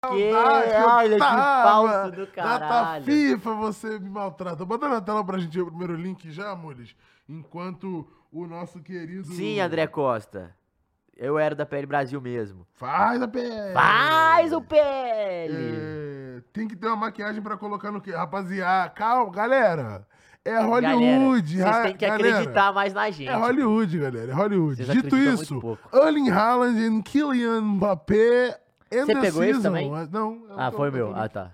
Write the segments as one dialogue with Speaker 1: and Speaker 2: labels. Speaker 1: quê?
Speaker 2: eu
Speaker 1: Olha que
Speaker 2: tava
Speaker 1: falso do
Speaker 2: Data
Speaker 1: caralho.
Speaker 2: FIFA, você me maltrata. Bota na tela pra gente ver o primeiro link já, amores. Enquanto o nosso querido...
Speaker 1: Sim, André Costa. Eu era da PL Brasil mesmo.
Speaker 2: Faz a pele!
Speaker 1: Faz o PL!
Speaker 2: É, tem que ter uma maquiagem pra colocar no quê? Rapaziada, calma, galera. É Hollywood.
Speaker 1: Galera,
Speaker 2: ra-
Speaker 1: Vocês têm que
Speaker 2: galera.
Speaker 1: acreditar mais na gente.
Speaker 2: É Hollywood, galera. É Hollywood.
Speaker 1: Vocês
Speaker 2: Dito
Speaker 1: acreditam muito
Speaker 2: isso,
Speaker 1: pouco.
Speaker 2: Erling Haaland and Kylian Mbappé. and
Speaker 1: Você
Speaker 2: the
Speaker 1: pegou esse
Speaker 2: season.
Speaker 1: também?
Speaker 2: Não. eu
Speaker 1: Ah,
Speaker 2: tô-
Speaker 1: foi o
Speaker 2: eu tô
Speaker 1: meu.
Speaker 2: vendo
Speaker 1: Ah, tá.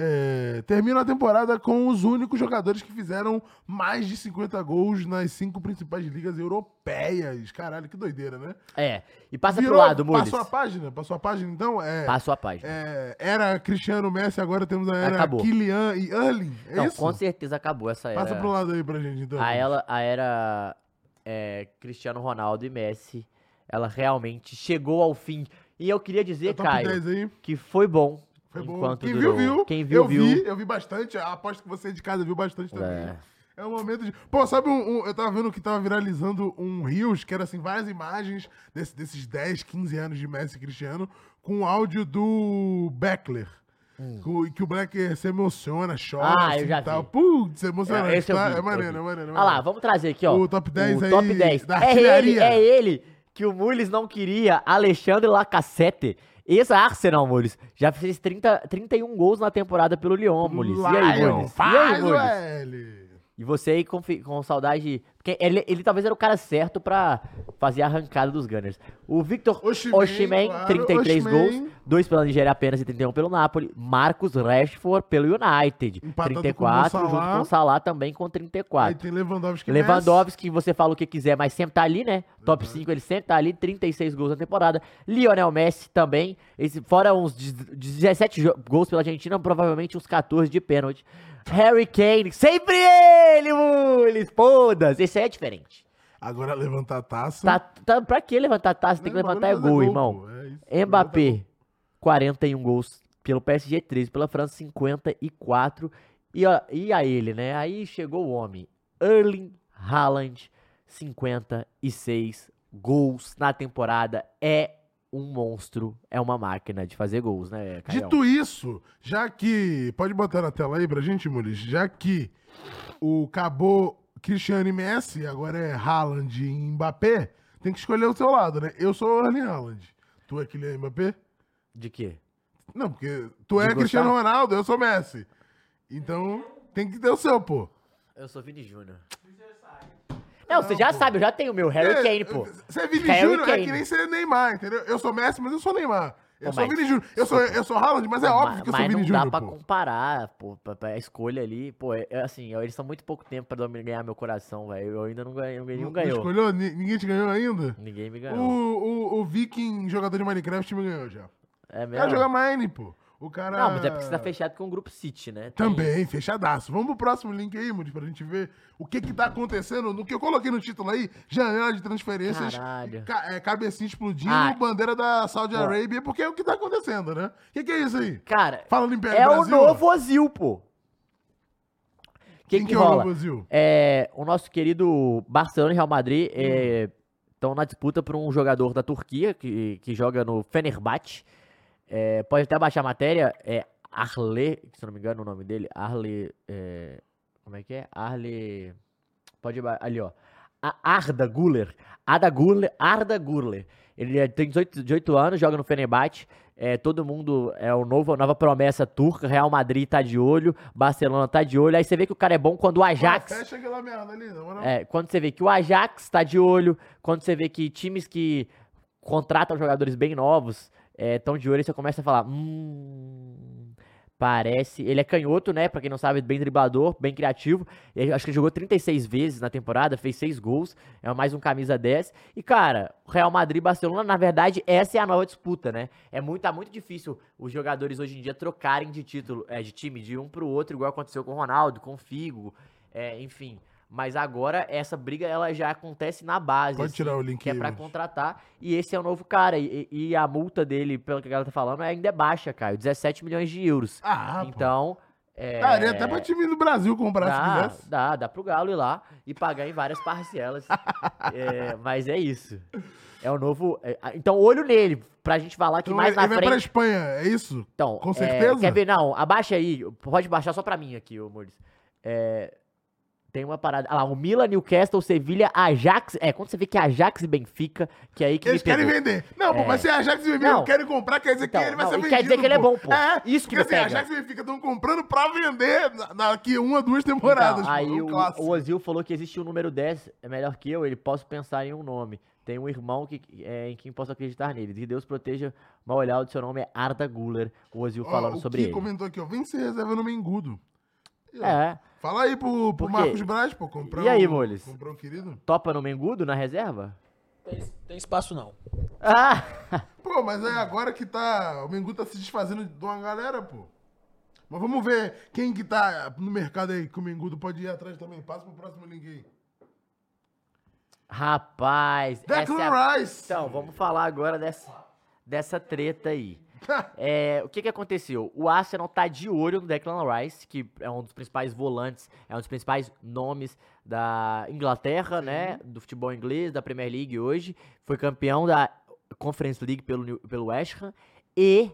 Speaker 2: é, termina a temporada com os únicos jogadores que fizeram mais de 50 gols nas cinco principais ligas europeias. Caralho, que doideira, né?
Speaker 1: É. E passa
Speaker 2: Virou-
Speaker 1: pro lado, Mules.
Speaker 2: Passou a página? Passou a página, então? É,
Speaker 1: Passou a página.
Speaker 2: é, era Cristiano Messi, agora temos a era
Speaker 1: Acabou.
Speaker 2: Kylian e Erling. É
Speaker 1: Não,
Speaker 2: isso?
Speaker 1: com certeza acabou essa era.
Speaker 2: Passa pro lado aí pra gente, então.
Speaker 1: A, ela, a era é, Cristiano Ronaldo e Messi, ela realmente chegou ao fim. E eu queria
Speaker 2: É
Speaker 1: dizer,
Speaker 2: top
Speaker 1: Caio,
Speaker 2: 10 aí.
Speaker 1: que foi bom.
Speaker 2: Foi bom.
Speaker 1: enquanto
Speaker 2: Quem viu,
Speaker 1: durou.
Speaker 2: viu.
Speaker 1: Quem viu,
Speaker 2: eu
Speaker 1: viu.
Speaker 2: vi, eu vi bastante. Aposto que você de casa viu bastante também.
Speaker 1: É.
Speaker 2: É um momento de. Pô, sabe um, um- Eu tava vendo que tava viralizando um Reels, que era assim, várias imagens desse- desses 10, 15 anos de Messi e Cristiano, com áudio do Beckler. Com- que o Beckler se emociona, chora,
Speaker 1: Hum. Ah,
Speaker 2: assim,
Speaker 1: eu já
Speaker 2: e tal.
Speaker 1: vi.
Speaker 2: Putz, é emocionante.
Speaker 1: esse eu
Speaker 2: tá?
Speaker 1: vi,
Speaker 2: é
Speaker 1: eu
Speaker 2: maneiro,
Speaker 1: vi.
Speaker 2: é maneiro. é
Speaker 1: Olha lá,
Speaker 2: maneiro.
Speaker 1: vamos trazer aqui, ó.
Speaker 2: O top 10
Speaker 1: o
Speaker 2: aí
Speaker 1: top 10.
Speaker 2: da
Speaker 1: é ele,
Speaker 2: artilharia.
Speaker 1: é ele que o Mules não queria. Alexandre Lacassette. Ex-Arsenal, Mules. Já fez 30, 31 gols na temporada pelo Lyon, Mules. E aí,
Speaker 2: Lion,
Speaker 1: Mules? E aí,
Speaker 2: Faz,
Speaker 1: Mules?
Speaker 2: velho.
Speaker 1: E você aí com, fi- com saudade. Porque ele, ele talvez era o cara certo pra fazer a arrancada dos Gunners. O Victor
Speaker 2: Osimhen,
Speaker 1: Oshimen,
Speaker 2: claro,
Speaker 1: 33
Speaker 2: Osimhen.
Speaker 1: gols, 2 pela Nigéria apenas e 31 pelo Napoli. Marcos Rashford pelo United,
Speaker 2: Empatado com o
Speaker 1: 34,
Speaker 2: Mo
Speaker 1: junto
Speaker 2: Salah.
Speaker 1: com o Salah também com
Speaker 2: Aí
Speaker 1: 34.
Speaker 2: tem Lewandowski. e Messi.
Speaker 1: Lewandowski, você fala o que quiser, mas sempre tá ali, né? Top 5, ele sempre tá ali, 36 gols na temporada. Lionel Messi também, esse, fora uns 17 jo- gols pela Argentina, provavelmente uns 14 de pênalti. Harry Kane, sempre ele, Mules! Foda-se, esse aí é diferente.
Speaker 2: Agora levantar a taça.
Speaker 1: Tá, tá, pra que levantar taça? Tem que
Speaker 2: Né, o bagulho
Speaker 1: levantar é
Speaker 2: fazer
Speaker 1: gol, irmão.
Speaker 2: pô, é isso, levantar
Speaker 1: Mbappé, 41 gols pelo PSG, 13 pela França, 54. E, ó, e a ele, né? Aí chegou o homem. Erling Haaland, 56 gols na temporada. É um monstro, é uma máquina de fazer gols, né, Caião?
Speaker 2: Dito isso, já que. Pode botar na tela aí pra gente, Muniz? Já que o Cabo Cristiano e Messi, agora é Haaland e Mbappé, tem que escolher o seu lado, né? Eu sou o Erling Haaland. Tu é Kylian Mbappé?
Speaker 1: De quê?
Speaker 2: Não, porque tu
Speaker 1: De
Speaker 2: é
Speaker 1: gostar?
Speaker 2: Cristiano Ronaldo, eu sou Messi. Então, tem que ter o seu, pô.
Speaker 1: Eu sou Vini Júnior. Não, você já sabe, eu já tenho o meu, Harry Kane, pô.
Speaker 2: Você é Vini
Speaker 1: Harry
Speaker 2: Júnior, é
Speaker 1: Kane.
Speaker 2: que nem ser Neymar, entendeu? Eu sou Messi, mas eu sou Neymar. Eu
Speaker 1: Pô,
Speaker 2: sou
Speaker 1: mas-
Speaker 2: Vini Júnior. Eu sou, eu sou Haaland, mas é
Speaker 1: Não,
Speaker 2: óbvio que eu sou
Speaker 1: mas
Speaker 2: Vini
Speaker 1: não dá
Speaker 2: Júnior,
Speaker 1: pra
Speaker 2: pô.
Speaker 1: comparar, pô, pra- pra- a escolha ali, pô, é, é assim, eles estão muito pouco tempo pra dom- ganhar meu coração, velho, eu ainda não ganhei, ninguém
Speaker 2: Não- não
Speaker 1: ganhou,
Speaker 2: escolheu? Ni- Ninguém te ganhou ainda?
Speaker 1: ninguém me
Speaker 2: O,
Speaker 1: ganhou,
Speaker 2: o, o Viking, jogador de Minecraft, me ganhou já.
Speaker 1: é
Speaker 2: O cara
Speaker 1: mesmo?
Speaker 2: joga Mine, pô. O cara.
Speaker 1: Não, mas é porque você tá fechado com o Grupo City, né? Tem
Speaker 2: Também, fechadaço. Vamos pro próximo link aí, Muri, pra gente ver o que que tá acontecendo. No que eu coloquei no título aí, janela de transferências.
Speaker 1: Caralho.
Speaker 2: Ca é, cabecinha explodindo,
Speaker 1: Ah.
Speaker 2: bandeira da Saudi
Speaker 1: Ó.
Speaker 2: Arabia, porque é o que tá acontecendo, né? O que, que é isso aí?
Speaker 1: Cara,
Speaker 2: Falando em Pedro
Speaker 1: é o
Speaker 2: Brasil.
Speaker 1: novo Ozil, pô. O que
Speaker 2: Quem
Speaker 1: que,
Speaker 2: que é o
Speaker 1: rola?
Speaker 2: novo Brasil?
Speaker 1: É, o nosso querido Barcelona e Real Madrid é, estão na disputa por um jogador da Turquia que, que joga no Fenerbahçe. É, pode até baixar a matéria. É Arle, se não me engano o nome dele. Arle. é, como é que é? Arle. Pode ba- ali, ó. A- Arda Guler. Arda Guler. Arda Guler. Ele é- tem 18, 18 anos, joga no Fenerbahçe. É, todo mundo é o novo, a nova promessa turca. Real Madrid tá de olho, Barcelona tá de olho. Aí você vê que o cara é bom quando o Ajax.
Speaker 2: Pô, fecha aquela merda ali, na moral.
Speaker 1: É, quando você vê que o Ajax tá de olho, quando você vê que times que contratam jogadores bem novos estão de olho, aí você começa a falar, hum, parece... Ele é canhoto, né? Pra quem não sabe, bem driblador, bem criativo. Ele- acho que ele jogou 36 vezes na temporada, fez 6 gols, é mais um camisa 10. E, cara, Real Madrid e Barcelona, na verdade, essa é a nova disputa, né? É muito, tá muito difícil os jogadores hoje em dia trocarem de título, é, de time, de um pro outro, igual aconteceu com o Ronaldo, com o Figo, é, enfim... Mas agora essa briga ela já acontece na base.
Speaker 2: Pode
Speaker 1: assim,
Speaker 2: tirar um o link
Speaker 1: que é
Speaker 2: aí,
Speaker 1: pra
Speaker 2: Muniz.
Speaker 1: contratar. E esse é o novo cara. E, e a multa dele, pelo que a galera tá falando, ainda é baixa, Caio. 17 milhões de euros.
Speaker 2: Ah, pô.
Speaker 1: então, É, Ah,
Speaker 2: Daria até pra time do Brasil comprar se
Speaker 1: dá,
Speaker 2: quisesse.
Speaker 1: dá, dá pro Galo ir lá e pagar em várias parcelas. É, mas é isso. É o novo. é, ah, então, olho nele, pra gente falar que
Speaker 2: Então,
Speaker 1: mais
Speaker 2: ele
Speaker 1: na
Speaker 2: ele vai pra
Speaker 1: frente.
Speaker 2: Espanha, é isso?
Speaker 1: Então,
Speaker 2: com
Speaker 1: é,
Speaker 2: certeza?
Speaker 1: quer ver? Não, abaixa aí. Pode baixar só pra mim aqui, ô Mouris. É, tem uma parada. Ah lá, o Milan, Newcastle, Sevilha, Ajax. É, quando você vê que Ajax e Benfica, que é aí que
Speaker 2: Eles
Speaker 1: me pegou.
Speaker 2: querem vender. Não, pô,
Speaker 1: É.
Speaker 2: mas se a Ajax e o Benfica
Speaker 1: Não.
Speaker 2: querem comprar, quer dizer
Speaker 1: Então,
Speaker 2: que ele vai
Speaker 1: não,
Speaker 2: ser
Speaker 1: e
Speaker 2: vendido.
Speaker 1: quer dizer que ele é bom, pô.
Speaker 2: É,
Speaker 1: Isso que
Speaker 2: porque
Speaker 1: me
Speaker 2: assim,
Speaker 1: pega.
Speaker 2: a Ajax e o Benfica estão comprando pra vender na- daqui uma, duas temporadas.
Speaker 1: Então,
Speaker 2: pô,
Speaker 1: aí
Speaker 2: é um
Speaker 1: o,
Speaker 2: clássico.
Speaker 1: o Ozil falou que existe um número 10, é melhor que eu, ele posso pensar em um nome. Tem um irmão que, é, em quem posso acreditar nele. Que Deus proteja o mal olhado, seu nome é Arda Guller. O Ozil
Speaker 2: Ó,
Speaker 1: falando
Speaker 2: o
Speaker 1: sobre
Speaker 2: Ki
Speaker 1: ele.
Speaker 2: comentou aqui, ó, vem ser reserva no Mengudo.
Speaker 1: É,
Speaker 2: Fala aí pro, pro
Speaker 1: Por quê?
Speaker 2: Marcos Braz, pô, comprar um
Speaker 1: E aí,
Speaker 2: o,
Speaker 1: Moles?
Speaker 2: Comprar o querido.
Speaker 1: topa no Mengudo, na reserva?
Speaker 3: Tem, tem espaço não.
Speaker 1: Ah!
Speaker 2: Pô, mas é agora que tá... O Mengudo tá se desfazendo de uma galera, pô. Mas vamos ver quem que tá no mercado aí, que o Mengudo pode ir atrás também. Passa pro próximo link aí.
Speaker 1: Rapaz, essa é a...
Speaker 2: Declan Rice!
Speaker 1: Então, vamos falar agora dessa, dessa treta aí. É, o que, que aconteceu? O Arsenal tá de olho no Declan Rice, que é um dos principais volantes, é um dos principais nomes da Inglaterra, né? Do futebol inglês, da Premier League hoje. Foi campeão da Conference League pelo, New- pelo West Ham e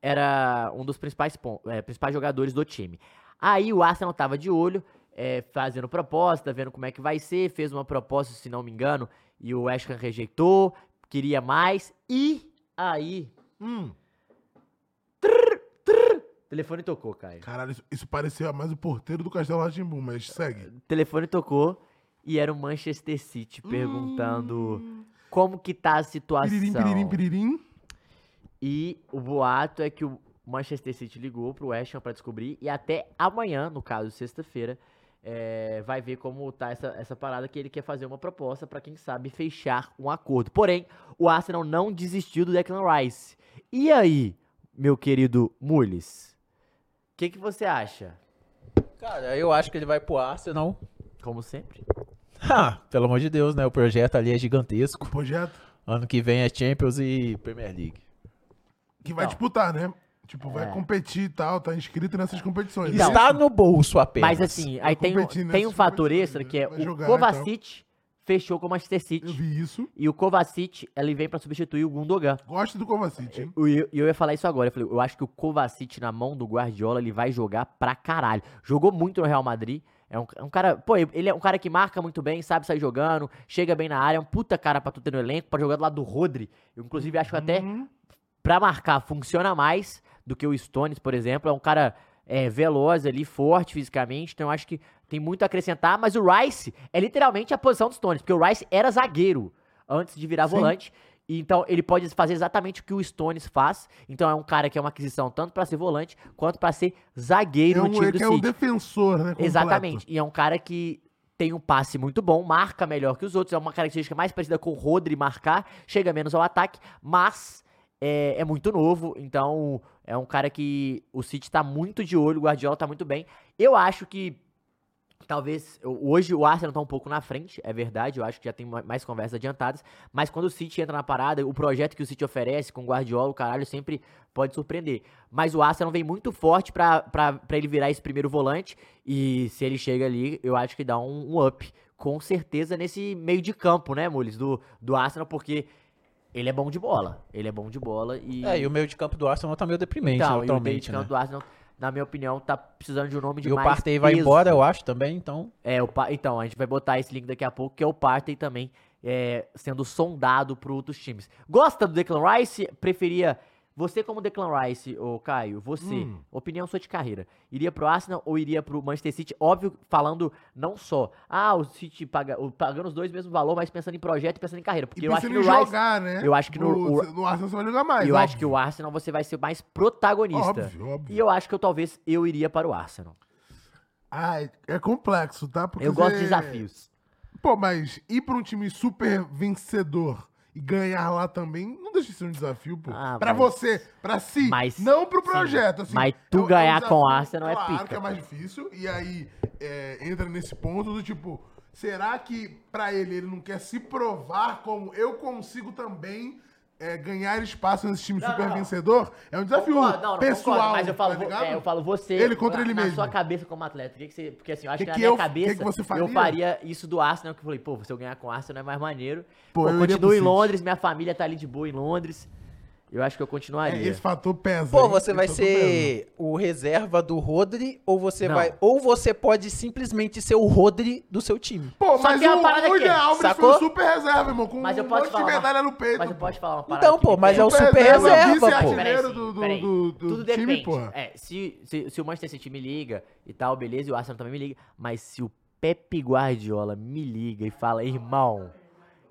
Speaker 1: era um dos principais, pon- é, principais jogadores do time. Aí o Arsenal tava de olho, é, fazendo proposta, vendo como é que vai ser, fez uma proposta, se não me engano, e o West Ham rejeitou, queria mais, e aí
Speaker 2: Hum,
Speaker 1: Telefone tocou, Caio.
Speaker 2: caralho, isso, isso parecia mais o porteiro do Castelo Ratimbu, mas segue.
Speaker 1: Telefone tocou e era o Manchester City perguntando como que tá a situação.
Speaker 2: Hum. Piririm, piririm, piririm.
Speaker 1: E o boato é que o Manchester City ligou pro West Ham pra descobrir e até amanhã, no caso, sexta-feira, é, vai ver como tá essa, essa parada que ele quer fazer uma proposta pra quem sabe fechar um acordo. Porém, o Arsenal não desistiu do Declan Rice. E aí, meu querido Mules, o que, que você acha?
Speaker 3: Cara, eu acho que ele vai pro Arsenal.
Speaker 1: Como sempre.
Speaker 3: Ah, pelo amor de Deus, né? O projeto ali é gigantesco.
Speaker 2: Projeto
Speaker 3: Ano que vem é Champions e Premier League.
Speaker 2: que
Speaker 1: Então.
Speaker 2: vai disputar, né? Tipo, vai
Speaker 1: É.
Speaker 2: competir e tal, tá inscrito nessas competições. Tá
Speaker 1: Então.
Speaker 3: Está no bolso apenas.
Speaker 1: Mas assim, aí tem,
Speaker 2: competir, né?
Speaker 1: tem um
Speaker 2: Se
Speaker 1: fator
Speaker 2: competir,
Speaker 1: extra
Speaker 2: né?
Speaker 1: que é
Speaker 2: Vai
Speaker 1: o
Speaker 2: jogar,
Speaker 1: Kovacic fechou com o Manchester
Speaker 2: Eu
Speaker 1: City.
Speaker 2: vi isso.
Speaker 1: E o Kovacic, ele vem pra substituir o Gundogan.
Speaker 2: Gosto do Kovacic, hein?
Speaker 1: E eu, e eu ia falar isso agora. Eu falei, eu acho que o Kovacic na mão do Guardiola, ele vai jogar pra caralho. Jogou muito no Real Madrid. É um, é um cara, pô, ele é um cara que marca muito bem, sabe sair jogando, chega bem na área, é um puta cara pra tu ter no elenco, pra jogar do lado do Rodri. Eu, inclusive, acho que até
Speaker 2: Hum,
Speaker 1: pra marcar funciona mais do que o Stones, por exemplo. É um cara é, veloz ali, forte fisicamente, então eu acho que tem muito a acrescentar. Mas o Rice é literalmente a posição do Stones, porque o Rice era zagueiro antes de virar
Speaker 2: Sim.
Speaker 1: volante. e Então ele pode fazer exatamente o que o Stones faz. Então é um cara que é uma aquisição tanto pra ser volante quanto pra ser zagueiro
Speaker 2: é
Speaker 1: no
Speaker 2: um,
Speaker 1: time
Speaker 2: ele
Speaker 1: do
Speaker 2: que
Speaker 1: City.
Speaker 2: é um defensor, né? completo.
Speaker 1: Exatamente. E é um cara que tem um passe muito bom, marca melhor que os outros, é uma característica mais parecida com o Rodri marcar, chega menos ao ataque, mas é, é muito novo, então é um cara que o City tá muito de olho, o Guardiola tá muito bem. Eu acho que talvez hoje o Arsenal tá um pouco na frente, é verdade, eu acho que já tem ma- mais conversas adiantadas, mas quando o City entra na parada, o projeto que o City oferece com o Guardiola, o caralho, sempre pode surpreender. Mas o Arsenal vem muito forte pra, pra, pra ele virar esse primeiro volante. E se ele chega ali, eu acho que dá um, um up. Com certeza nesse meio de campo, né, Mules? Do, do Arsenal, porque ele é bom de bola. Ele é bom de bola e.
Speaker 3: É, e o meio de campo do Arsenal tá meio deprimente
Speaker 1: então, e o meio
Speaker 3: atualmente,
Speaker 1: de
Speaker 3: né?
Speaker 1: campo do Arsenal, na minha opinião, tá precisando de um nome de
Speaker 3: E o
Speaker 1: mais
Speaker 3: Partey vai
Speaker 1: peso.
Speaker 3: embora, eu acho, também, então...
Speaker 1: É, o Pa- então, a gente vai botar esse link daqui a pouco, que é o Partey também é, sendo sondado por outros times. Gosta do Declan Rice? Preferia. Você, como Declan Rice, ô Caio, você,
Speaker 2: Hum.
Speaker 1: opinião sua de carreira, iria pro Arsenal ou iria pro Manchester City? Óbvio, falando não só, ah, o City paga, o- pagando os dois mesmo valor, mas pensando em projeto e pensando em carreira. Porque
Speaker 2: E
Speaker 1: eu acho
Speaker 2: pensando
Speaker 1: que o
Speaker 2: em
Speaker 1: Rice.
Speaker 2: jogar, né?
Speaker 1: eu acho que no-
Speaker 2: No,
Speaker 1: o-
Speaker 2: no Arsenal você vai jogar mais.
Speaker 1: eu acho que o Arsenal você vai ser mais protagonista.
Speaker 2: Óbvio, óbvio.
Speaker 1: E eu acho que eu talvez eu iria para o Arsenal.
Speaker 2: Ah, é- é complexo, tá? Porque
Speaker 1: eu gosto
Speaker 2: você-
Speaker 1: de desafios.
Speaker 2: Pô, mas ir pra um time super vencedor e ganhar lá também não deixa de ser um desafio, pô.
Speaker 1: Ah,
Speaker 2: pra
Speaker 1: mas-
Speaker 2: você, pra si,
Speaker 1: mas-
Speaker 2: não pro
Speaker 1: sim,
Speaker 2: projeto. assim.
Speaker 1: mas
Speaker 2: É
Speaker 1: tu
Speaker 2: um- é um
Speaker 1: ganhar com o
Speaker 2: desafio,
Speaker 1: Arsenal é
Speaker 2: Claro
Speaker 1: pica,
Speaker 2: que é mais difícil. E aí é, entra nesse ponto do tipo, será que pra ele ele não quer se provar como eu consigo também é, ganhar espaço nesse time
Speaker 1: Não,
Speaker 2: super
Speaker 1: não.
Speaker 2: vencedor é um desafio
Speaker 1: Concordo, não, não,
Speaker 2: pessoal.
Speaker 1: concordo, mas eu falo,
Speaker 2: tá
Speaker 1: vo-
Speaker 2: ligado?
Speaker 1: é, eu falo você.
Speaker 2: Ele contra
Speaker 1: na,
Speaker 2: ele
Speaker 1: na
Speaker 2: mesmo.
Speaker 1: sua cabeça como atleta. O que que você, porque assim, eu acho que,
Speaker 2: Que
Speaker 1: na
Speaker 2: que
Speaker 1: minha
Speaker 2: eu-
Speaker 1: cabeça
Speaker 2: que que você
Speaker 1: eu
Speaker 2: faria?
Speaker 1: faria isso do Arsenal, que eu falei, pô, se eu ganhar com o Arsenal é mais maneiro.
Speaker 2: Pô,
Speaker 1: Pô,
Speaker 2: eu
Speaker 1: eu
Speaker 2: iria pro
Speaker 1: continuo em
Speaker 2: City.
Speaker 1: Londres, minha família tá ali de boa em Londres. Eu acho que eu
Speaker 2: É,
Speaker 1: continuaria.
Speaker 2: esse fator pesa.
Speaker 3: Pô,
Speaker 2: hein?
Speaker 3: você
Speaker 2: Esse
Speaker 3: vai
Speaker 2: fator
Speaker 3: ser o reserva do Rodri ou você
Speaker 1: Não.
Speaker 3: vai ou você pode simplesmente ser o Rodri do seu time.
Speaker 2: pesa. Pô,
Speaker 1: Só
Speaker 2: mas
Speaker 1: que é uma
Speaker 2: o,
Speaker 1: parada
Speaker 2: o
Speaker 1: que é,
Speaker 2: Julian Alves foi
Speaker 3: sacou?
Speaker 2: um super reserva, irmão. Com
Speaker 1: Mas eu
Speaker 2: um
Speaker 1: posso
Speaker 2: monte de
Speaker 1: falar uma-
Speaker 2: medalha no peito.
Speaker 1: Mas eu posso falar uma parada
Speaker 3: Então,
Speaker 1: que
Speaker 3: pô,
Speaker 1: me
Speaker 3: mas é o
Speaker 1: pega?
Speaker 3: super
Speaker 2: Reserva,
Speaker 3: reserva, pô.
Speaker 2: vice-artilheiro. do- do-
Speaker 1: peraí.
Speaker 2: do- do
Speaker 1: Tudo
Speaker 2: time,
Speaker 1: depende.
Speaker 2: porra.
Speaker 1: É, se, se, se o Manchester City me liga e tal, beleza, e o Arsenal também me liga. Mas se o Pepe Guardiola me liga e fala, irmão,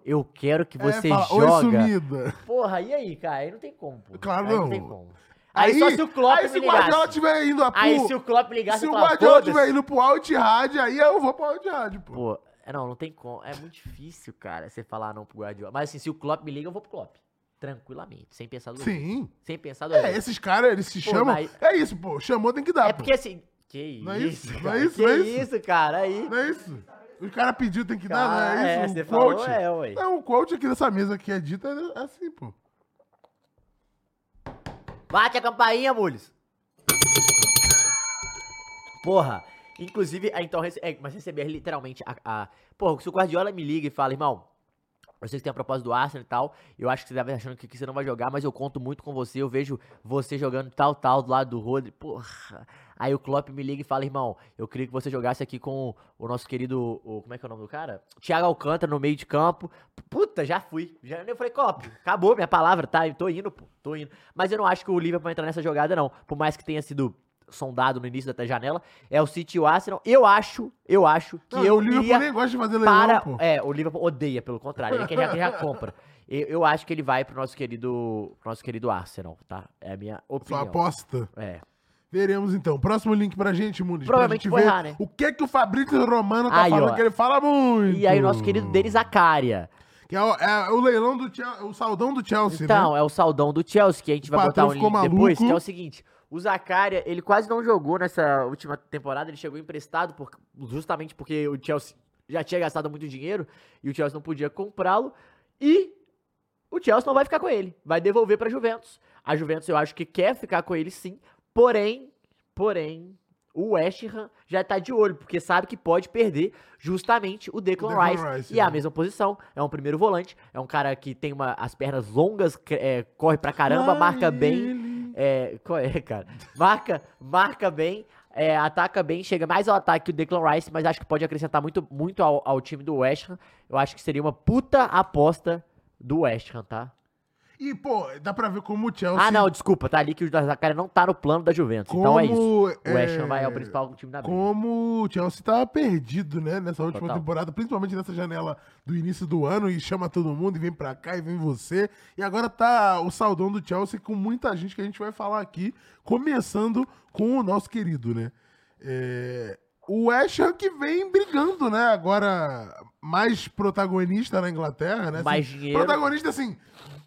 Speaker 1: eu quero que
Speaker 2: É,
Speaker 1: você
Speaker 2: fala, Oi,
Speaker 1: joga.
Speaker 2: sumida.
Speaker 1: Porra, e aí, cara? Aí não tem como, pô.
Speaker 2: Claro
Speaker 1: aí
Speaker 2: não.
Speaker 1: tem como. Aí, só se o Klopp
Speaker 2: aí,
Speaker 1: me
Speaker 2: se o Guardiola
Speaker 1: ligasse.
Speaker 2: tiver indo a
Speaker 1: Aí
Speaker 2: pro-
Speaker 1: se o Klopp ligasse,
Speaker 2: se
Speaker 1: eu
Speaker 2: o
Speaker 1: falava,
Speaker 2: Guardiola
Speaker 1: "Foda-se".
Speaker 2: tiver indo pro Alt Rádio, aí eu vou pro Alt Rádio, pô.
Speaker 1: Pô, é, não, não tem como. É muito difícil, cara, você falar não pro Guardiola. Mas assim, se o Klopp me liga, eu vou pro Klopp. Tranquilamente, sem pensar duas vezes.
Speaker 2: Sim.
Speaker 1: Sem pensar duas
Speaker 2: É,
Speaker 1: vezes.
Speaker 2: esses caras, eles se
Speaker 1: Pô,
Speaker 2: chamam.
Speaker 1: mas-
Speaker 2: É isso, pô. Chamou, tem que dar.
Speaker 1: É
Speaker 2: pô.
Speaker 1: porque assim. Que isso?
Speaker 2: Não é isso, não é
Speaker 1: cara?
Speaker 2: isso,
Speaker 1: que
Speaker 2: não é
Speaker 1: isso, cara? Aí.
Speaker 2: Não é isso? Os caras pediu, tem que dar,
Speaker 1: Cara,
Speaker 2: não é
Speaker 1: é,
Speaker 2: isso?
Speaker 1: você
Speaker 2: o
Speaker 1: falou,
Speaker 2: quote.
Speaker 1: é, ué.
Speaker 2: Não, o quote aqui dessa mesa que é dita é assim, pô.
Speaker 1: Bate a campainha, Mules. Porra. Inclusive, é, então, rece- é, mas receber literalmente a, a- Porra, se o Guardiola me liga e fala, irmão, eu sei que tem a proposta do Arsenal e tal, eu acho que você tava achando que, que você não vai jogar, mas eu conto muito com você, eu vejo você jogando tal, tal, do lado do Rodri, porra. Aí o Klopp me liga e fala, irmão, eu queria que você jogasse aqui com o nosso querido, o- como é que é o nome do cara? Thiago Alcântara no meio de campo. P- Puta, já fui. Já, eu falei, Klopp, acabou minha palavra, tá? Eu tô indo, pô, tô indo. Mas eu não acho que o Liverpool vai entrar nessa jogada, não. Por mais que tenha sido sondado no início da janela, é o City e o Arsenal. Eu acho, eu acho que
Speaker 2: Não,
Speaker 1: eu
Speaker 2: o Liverpool
Speaker 1: iria
Speaker 2: nem gosta de fazer leilão,
Speaker 1: para.
Speaker 2: pô.
Speaker 1: É, o Liverpool odeia, pelo contrário. Ele quer já, já compra. Eu, eu acho que ele vai pro nosso querido, pro nosso querido Arsenal, tá? É a minha
Speaker 2: Sua
Speaker 1: opinião.
Speaker 2: aposta.
Speaker 1: É.
Speaker 2: Veremos então. Próximo link pra gente, Muniz. pra
Speaker 1: Provavelmente
Speaker 2: gente
Speaker 1: vou
Speaker 2: ver
Speaker 1: errar, né?
Speaker 2: O que que o Fabrício Romano tá
Speaker 1: Aí,
Speaker 2: falando
Speaker 1: ó.
Speaker 2: que ele fala muito.
Speaker 1: E aí, o nosso querido Denis Zakaria.
Speaker 2: Que é o, é o leilão do Chelsea, o saldão do Chelsea,
Speaker 1: Então,
Speaker 2: né?
Speaker 1: é o saudão do Chelsea, que a gente
Speaker 2: O
Speaker 1: vai botar
Speaker 2: patrão
Speaker 1: um link
Speaker 2: ficou
Speaker 1: depois, que é
Speaker 2: maluco.
Speaker 1: o seguinte. O Zakaria, ele quase não jogou nessa última temporada, ele chegou emprestado por- justamente porque o Chelsea já tinha gastado muito dinheiro e o Chelsea não podia comprá-lo. E o Chelsea não vai ficar com ele, vai devolver pra Juventus. A Juventus eu acho que quer ficar com ele sim, porém, porém, o West Ham já tá de olho, porque sabe que pode perder justamente o Declan,
Speaker 2: Declan
Speaker 1: Rice,
Speaker 2: Rice,
Speaker 1: e é a
Speaker 2: né?
Speaker 1: mesma posição, é um primeiro volante, é um cara que tem uma, as pernas longas, cre- é, corre pra caramba,
Speaker 2: Lá
Speaker 1: marca bem,
Speaker 2: ele.
Speaker 1: é, qual é, cara? Marca, marca bem, é, ataca bem, chega mais ao ataque que o Declan Rice, mas acho que pode acrescentar muito, muito ao, ao time do West Ham, eu acho que seria uma puta aposta do West Ham, tá?
Speaker 2: E, pô, dá pra ver como o Chelsea...
Speaker 1: Ah, não, desculpa, tá ali que o Zacaria não tá no plano da Juventus. Então é isso.
Speaker 2: Como,
Speaker 1: O West Ham
Speaker 2: é,
Speaker 1: vai é o principal time da briga.
Speaker 2: Como o Chelsea tava perdido, né? Nessa última
Speaker 1: Total.
Speaker 2: temporada, principalmente nessa janela do início do ano, e chama todo mundo, e vem pra cá, e vem você. E agora tá o saudão do Chelsea com muita gente que a gente vai falar aqui, começando com o nosso querido, né? É, o West Ham que vem brigando, né? Agora mais protagonista na Inglaterra, né?
Speaker 1: Mais
Speaker 2: Assim,
Speaker 1: dinheiro.
Speaker 2: Protagonista, assim,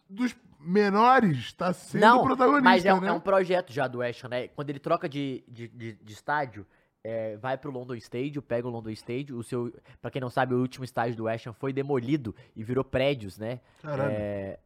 Speaker 2: dos menores, tá sendo protagonista,
Speaker 1: mas é, um-
Speaker 2: né?
Speaker 1: é um projeto já do West Ham, né? Quando ele troca de, de, de- de estádio, é, vai pro London Stadium, pega o London Stadium, o seu, pra quem não sabe, o último estádio do West Ham foi demolido e virou prédios, né?
Speaker 2: Caralho.
Speaker 1: É,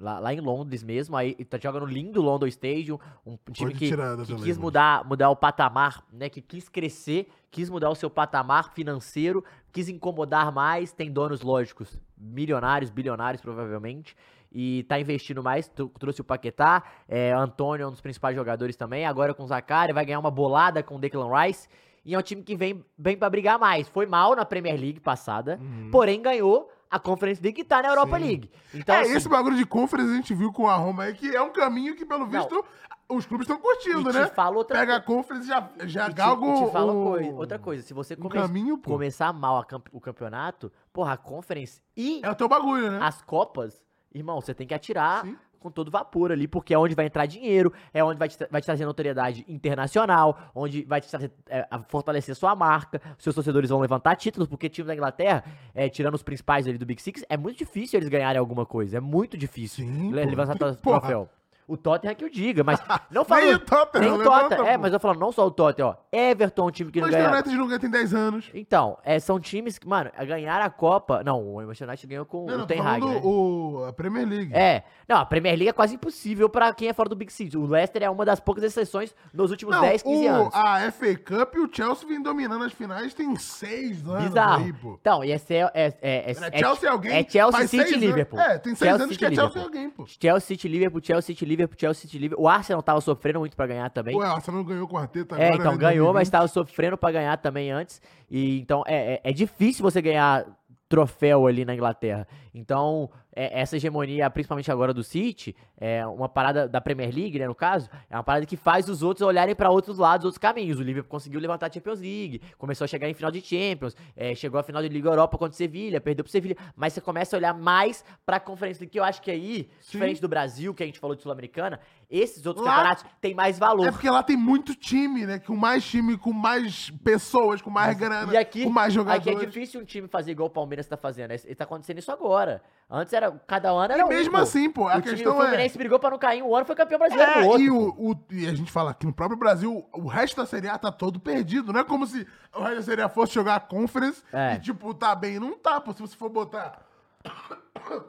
Speaker 1: lá, lá em Londres mesmo, aí tá jogando lindo o London Stadium, um time que,
Speaker 2: tirada
Speaker 1: que
Speaker 2: também,
Speaker 1: quis
Speaker 2: mas-
Speaker 1: mudar, mudar o patamar, né? Que quis crescer, quis mudar o seu patamar financeiro, quis incomodar mais, tem donos lógicos, milionários, bilionários provavelmente. E tá investindo mais, tro- trouxe o Paquetá, é, Antônio é um dos principais jogadores também, agora com o Zacari, vai ganhar uma bolada com o Declan Rice. E é um time que vem, vem para brigar mais. Foi mal na Premier League passada,
Speaker 2: Uhum.
Speaker 1: porém ganhou a Conference League e tá na Europa
Speaker 2: Sim.
Speaker 1: League. Então,
Speaker 2: é,
Speaker 1: assim,
Speaker 2: esse bagulho de conference a gente viu com a Roma aí, que é um caminho que, pelo
Speaker 1: Não.
Speaker 2: visto, os clubes estão
Speaker 1: e
Speaker 2: curtindo,
Speaker 1: te
Speaker 2: né?
Speaker 1: fala outra
Speaker 2: Pega a conference e já, já
Speaker 1: E te-
Speaker 2: galga
Speaker 1: e te fala
Speaker 2: o-
Speaker 1: uma coisa- outra coisa, se você
Speaker 2: o
Speaker 1: come-
Speaker 2: um caminho, pô.
Speaker 1: começar mal a camp- o campeonato, porra, a Conference e
Speaker 2: É o teu bagulho, né?
Speaker 1: as Copas, irmão, você tem que atirar
Speaker 2: Sim.
Speaker 1: com todo vapor ali, porque é onde vai entrar dinheiro, é onde vai te, tra- vai te trazer notoriedade internacional, onde vai te trazer, é, a fortalecer sua marca, seus torcedores vão levantar títulos, porque time da Inglaterra, é, tirando os principais ali do Big Six, é muito difícil eles ganharem alguma coisa, é muito difícil
Speaker 2: Sim,
Speaker 1: le-
Speaker 2: pô.
Speaker 1: levantar
Speaker 2: Porra.
Speaker 1: troféu. O O Tottenham é que o diga, mas não
Speaker 2: Nem
Speaker 1: falando...
Speaker 2: o Tottenham,
Speaker 1: Nem
Speaker 2: levanta,
Speaker 1: Tottenham. É,
Speaker 2: pô.
Speaker 1: mas eu falando não só o Tottenham, ó. Everton, um time que não
Speaker 2: Manchester
Speaker 1: ganha.
Speaker 2: United não é ganha tem 10 anos.
Speaker 1: Então, é, são times que, mano, ganharam a Copa. Não, o Manchester United ganhou com
Speaker 2: Não,
Speaker 1: o
Speaker 2: não, tô
Speaker 1: Ten Hag,
Speaker 2: falando
Speaker 1: né?
Speaker 2: o, a Premier League.
Speaker 1: É. Não, a Premier League é quase impossível pra quem é fora do Big Six. O Leicester é uma das poucas exceções nos últimos
Speaker 2: não,
Speaker 1: 10, 15
Speaker 2: o,
Speaker 1: anos.
Speaker 2: a FA Cup e o Chelsea vem dominando as finais tem 6 anos
Speaker 1: Bizarro.
Speaker 2: aí, pô.
Speaker 1: Então, e esse é, é, é, é,
Speaker 2: É Chelsea alguém?
Speaker 1: é Chelsea,
Speaker 2: faz
Speaker 1: City e
Speaker 2: seis anos-
Speaker 1: Liverpool.
Speaker 2: É, tem 6
Speaker 1: Chelsea,
Speaker 2: anos
Speaker 1: City
Speaker 2: que é
Speaker 1: e
Speaker 2: Chelsea
Speaker 1: Liverpool.
Speaker 2: alguém, pô.
Speaker 1: Chelsea City, Liverpool, Chelsea City, Liverpool, Chelsea City, Liverpool. O Arsenal tava sofrendo muito pra ganhar também.
Speaker 2: Ué, o Arsenal ganhou o quarteto agora.
Speaker 1: É, então
Speaker 2: né,
Speaker 1: ganhou, mas
Speaker 2: 2020.
Speaker 1: tava sofrendo pra ganhar também antes. E então é, é, é difícil você ganhar troféu ali na Inglaterra. Então, é, essa hegemonia, principalmente agora do City, é uma parada da Premier League, né, no caso, é uma parada que faz os outros olharem pra outros lados, outros caminhos. O Liverpool conseguiu levantar a Champions League, começou a chegar em final de Champions, é, chegou à final de Liga Europa contra o Sevilha, perdeu pro Sevilha, mas você começa a olhar mais pra Conferência League, que eu acho que aí,
Speaker 2: Sim.
Speaker 1: diferente do Brasil, que a gente falou de Sul-Americana, esses outros
Speaker 2: Lá-
Speaker 1: campeonatos têm mais valor.
Speaker 2: É porque lá tem muito time, né? Com mais time, com mais pessoas, com mais grana,
Speaker 1: E aqui,
Speaker 2: com mais
Speaker 1: aqui é
Speaker 2: jogadores.
Speaker 1: difícil um time fazer igual o Palmeiras tá fazendo. Esse- Tá acontecendo isso agora. Antes era. Cada ano era. um,
Speaker 2: Mesmo
Speaker 1: pô.
Speaker 2: assim, pô, a
Speaker 1: o time, o
Speaker 2: questão é...
Speaker 1: Fluminense brigou pra não cair um ano, foi campeão brasileiro
Speaker 2: É,
Speaker 1: no outro.
Speaker 2: e, o, o- e a gente fala que no próprio Brasil, o resto da Série A tá todo perdido. Não é como se o resto da Série A fosse jogar a Conference
Speaker 1: É.
Speaker 2: e, tipo, tá bem. Não tá, pô. Se você for botar,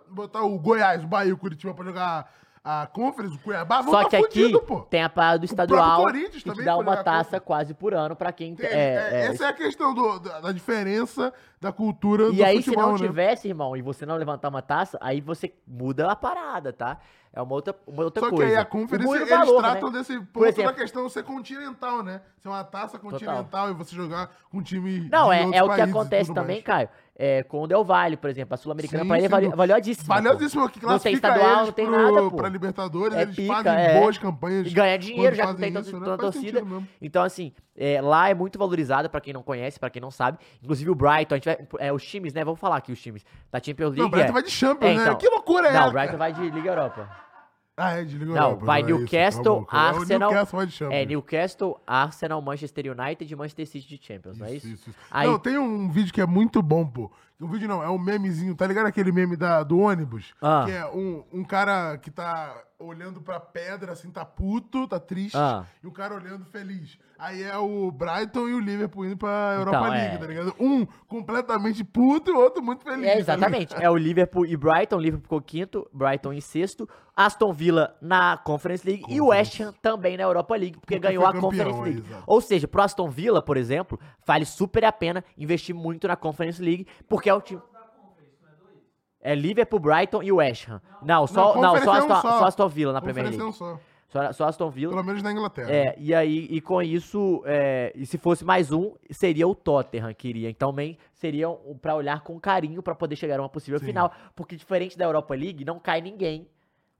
Speaker 2: botar o Goiás, o Bahia e o Curitiba pra jogar a Conference, o Cuiabá, vão
Speaker 1: Só
Speaker 2: tá
Speaker 1: que aqui
Speaker 2: fudido, pô.
Speaker 1: tem a parada do
Speaker 2: O próprio
Speaker 1: estadual
Speaker 2: Corinthians
Speaker 1: que te
Speaker 2: também
Speaker 1: dá
Speaker 2: foi
Speaker 1: uma
Speaker 2: jogar
Speaker 1: taça
Speaker 2: contra.
Speaker 1: quase por ano pra quem.
Speaker 2: Entende?
Speaker 1: É,
Speaker 2: É,
Speaker 1: é.
Speaker 2: Essa é a questão do- da, da diferença da cultura
Speaker 1: E
Speaker 2: do
Speaker 1: aí, se
Speaker 2: futebol,
Speaker 1: não
Speaker 2: né?
Speaker 1: tivesse, irmão, e você não levantar uma taça, aí você muda a parada, tá? É uma outra, uma outra
Speaker 2: Só
Speaker 1: coisa. é
Speaker 2: que aí a
Speaker 1: O
Speaker 2: Conference,
Speaker 1: muito
Speaker 2: eles
Speaker 1: valor, né?
Speaker 2: tratam desse ponto
Speaker 1: exemplo.
Speaker 2: da questão ser continental, né? Ser uma taça continental e você jogar com um time
Speaker 1: Não,
Speaker 2: de
Speaker 1: é,
Speaker 2: outros
Speaker 1: é o que
Speaker 2: países e
Speaker 1: acontece
Speaker 2: tudo
Speaker 1: também,
Speaker 2: mais.
Speaker 1: Caio. É, com o Del Valle, por exemplo. A Sul-Americana
Speaker 2: Sim,
Speaker 1: pra ele é
Speaker 2: sem
Speaker 1: vali-
Speaker 2: dúvida.
Speaker 1: valiosíssima. pô.
Speaker 2: Valiosíssimo que
Speaker 1: Não tem
Speaker 2: classifica
Speaker 1: estadual,
Speaker 2: eles
Speaker 1: não tem
Speaker 2: pro-
Speaker 1: nada, pô.
Speaker 2: pra Libertadores,
Speaker 1: É
Speaker 2: eles
Speaker 1: pica,
Speaker 2: fazem
Speaker 1: é.
Speaker 2: boas campanhas.
Speaker 1: E ganhar dinheiro,
Speaker 2: quando
Speaker 1: já que não tem
Speaker 2: fazem
Speaker 1: tanto-
Speaker 2: isso, né?
Speaker 1: tanta
Speaker 2: Faz
Speaker 1: torcida.
Speaker 2: sentido mesmo.
Speaker 1: Então, assim, é, lá é muito valorizado, pra quem não conhece, pra quem não sabe. Inclusive o Brighton, a gente vai, é, os times, né? Vamos falar aqui os times. Da Champions League.
Speaker 2: Não, o Brighton
Speaker 1: é-
Speaker 2: vai de Champions,
Speaker 1: É, então.
Speaker 2: né? Que loucura é
Speaker 1: Não,
Speaker 2: essa?
Speaker 1: o Brighton vai de Liga Europa.
Speaker 2: Ah, é, desligou.
Speaker 1: Não,
Speaker 2: Europa,
Speaker 1: vai
Speaker 2: é isso,
Speaker 1: Newcastle,
Speaker 2: tá bom, cara. É,
Speaker 1: Arsenal.
Speaker 2: O Newcastle vai de Champions.
Speaker 1: É Newcastle, Arsenal, Manchester United e Manchester City de Champions, não é isso? Aí-
Speaker 2: Não, tem um vídeo que é muito bom, pô. Um vídeo não, é um memezinho, tá ligado aquele meme da, do ônibus?
Speaker 1: Ah.
Speaker 2: Que é um, um cara que tá olhando pra pedra, assim, tá puto, tá triste,
Speaker 1: Ah.
Speaker 2: e o cara olhando feliz. Aí é o Brighton e o Liverpool indo pra Europa
Speaker 1: Então,
Speaker 2: League,
Speaker 1: é.
Speaker 2: tá ligado? Um completamente puto e o outro muito feliz.
Speaker 1: É,
Speaker 2: tá
Speaker 1: exatamente.
Speaker 2: ligado?
Speaker 1: É o Liverpool e Brighton. O Liverpool ficou quinto, Brighton em sexto. Aston Villa na Conference League e o West Ham também na Europa League, porque
Speaker 2: Porque
Speaker 1: ganhou
Speaker 2: foi
Speaker 1: a
Speaker 2: campeão,
Speaker 1: Conference
Speaker 2: é,
Speaker 1: League.
Speaker 2: exato.
Speaker 1: Ou seja, pro Aston Villa, por exemplo, vale super a pena investir muito na Conference League, porque é o time... É Liverpool, Brighton e West Ham. Não, só,
Speaker 2: Não,
Speaker 1: não,
Speaker 2: Conference
Speaker 1: só,
Speaker 2: é um
Speaker 1: Aston,
Speaker 2: só.
Speaker 1: só Aston Villa na Premier
Speaker 2: Conferência é um
Speaker 1: League.
Speaker 2: só.
Speaker 1: Só, só Aston Villa.
Speaker 2: Pelo menos na Inglaterra.
Speaker 1: É, e aí, e com isso, é, e se fosse mais um, seria o Tottenham que iria. Então, também seria um, pra olhar com carinho pra poder chegar a uma possível
Speaker 2: Sim.
Speaker 1: final. Porque diferente da Europa League, não cai ninguém.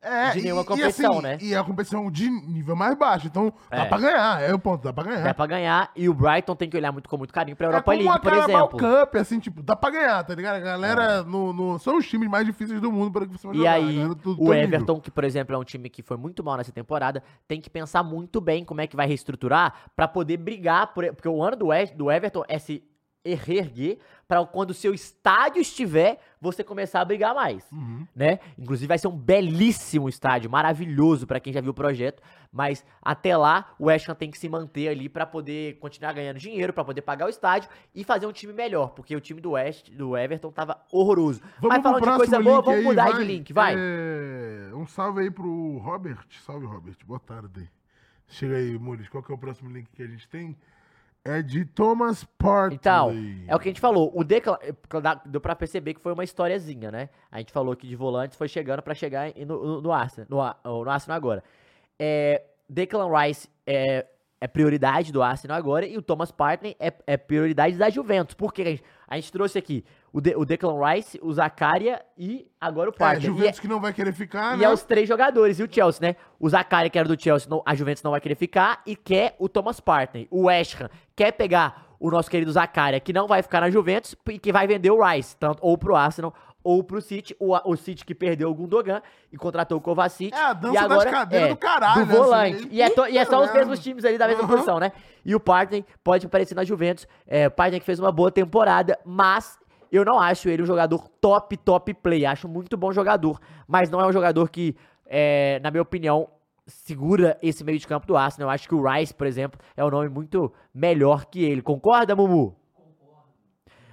Speaker 2: É,
Speaker 1: de nenhuma competição, né?
Speaker 2: E é a competição de nível mais baixo, então
Speaker 1: É.
Speaker 2: dá pra ganhar, é o ponto, dá pra ganhar.
Speaker 1: Dá pra ganhar, e o Brighton tem que olhar muito com muito carinho pra Europa
Speaker 2: é como
Speaker 1: League, por
Speaker 2: a Carabao
Speaker 1: exemplo. É.
Speaker 2: Cup, assim, tipo, dá pra ganhar, tá ligado? A galera no, no- são os times mais difíceis do mundo para que você vai
Speaker 1: E
Speaker 2: jogar. a
Speaker 1: aí,
Speaker 2: galera do- do
Speaker 1: o
Speaker 2: nível.
Speaker 1: Everton, que, por exemplo, é um time que foi muito mal nessa temporada, tem que pensar muito bem como é que vai reestruturar pra poder brigar. Por, porque o ano do, E- do Everton é se erguer pra quando o seu estádio estiver, você começar a brigar mais.
Speaker 2: Uhum.
Speaker 1: né? Inclusive vai ser um belíssimo estádio, maravilhoso pra quem já viu o projeto, mas até lá o West Ham tem que se manter ali pra poder continuar ganhando dinheiro, pra poder pagar o estádio e fazer um time melhor, porque o time do West, do Everton tava horroroso.
Speaker 2: Vamos
Speaker 1: mas falando
Speaker 2: pro
Speaker 1: de coisa
Speaker 2: próximo
Speaker 1: boa,
Speaker 2: link
Speaker 1: vamos
Speaker 2: aí,
Speaker 1: mudar de
Speaker 2: vai.
Speaker 1: link, vai.
Speaker 2: É, Um salve aí pro Robert. Salve, Robert. Boa tarde. Chega aí, Mules. Qual que é o próximo link que a gente tem? É de Thomas Partley.
Speaker 1: Então, É o que a gente falou, o Declan, deu pra perceber que foi uma historiazinha, né? A gente falou que de volantes foi chegando pra chegar em- no, no, no Arsenal, no, A- no Arsenal agora. É, Declan Rice é, é prioridade do Arsenal agora e o Thomas Partney é, é prioridade da Juventus. Por quê? que a gente, a gente trouxe aqui o, De- o Declan Rice, o Zakaria e agora o
Speaker 2: É,
Speaker 1: Partney. E é-
Speaker 2: Juventus que não vai querer ficar,
Speaker 1: e
Speaker 2: né?
Speaker 1: é os três jogadores, e o Chelsea, né? O Zakaria, que era do Chelsea, não- a Juventus não vai querer ficar, e quer o Thomas Partey. O West Ham quer pegar o nosso querido Zakaria, que não vai ficar na Juventus, e que vai vender o Rice, tanto ou pro Arsenal ou pro City. O, o City que perdeu o Gundogan e contratou o Kovacic.
Speaker 2: É a dança
Speaker 1: e
Speaker 2: das
Speaker 1: agora,
Speaker 2: cadeiras
Speaker 1: é,
Speaker 2: do caralho, né?
Speaker 1: volante.
Speaker 2: Assim,
Speaker 1: e, é to- e é só os
Speaker 2: puta
Speaker 1: mesmos
Speaker 2: merda.
Speaker 1: times ali da mesma
Speaker 2: Aham.
Speaker 1: posição, né? E o Partey pode aparecer na Juventus. É, o Partey que fez uma boa temporada, mas eu não acho ele um jogador top, top play. Acho muito bom jogador, mas não é um jogador que, é, na minha opinião, segura esse meio de campo do Arsenal. Eu acho que o Rice, por exemplo, é um nome muito melhor que ele. Concorda, Mumu?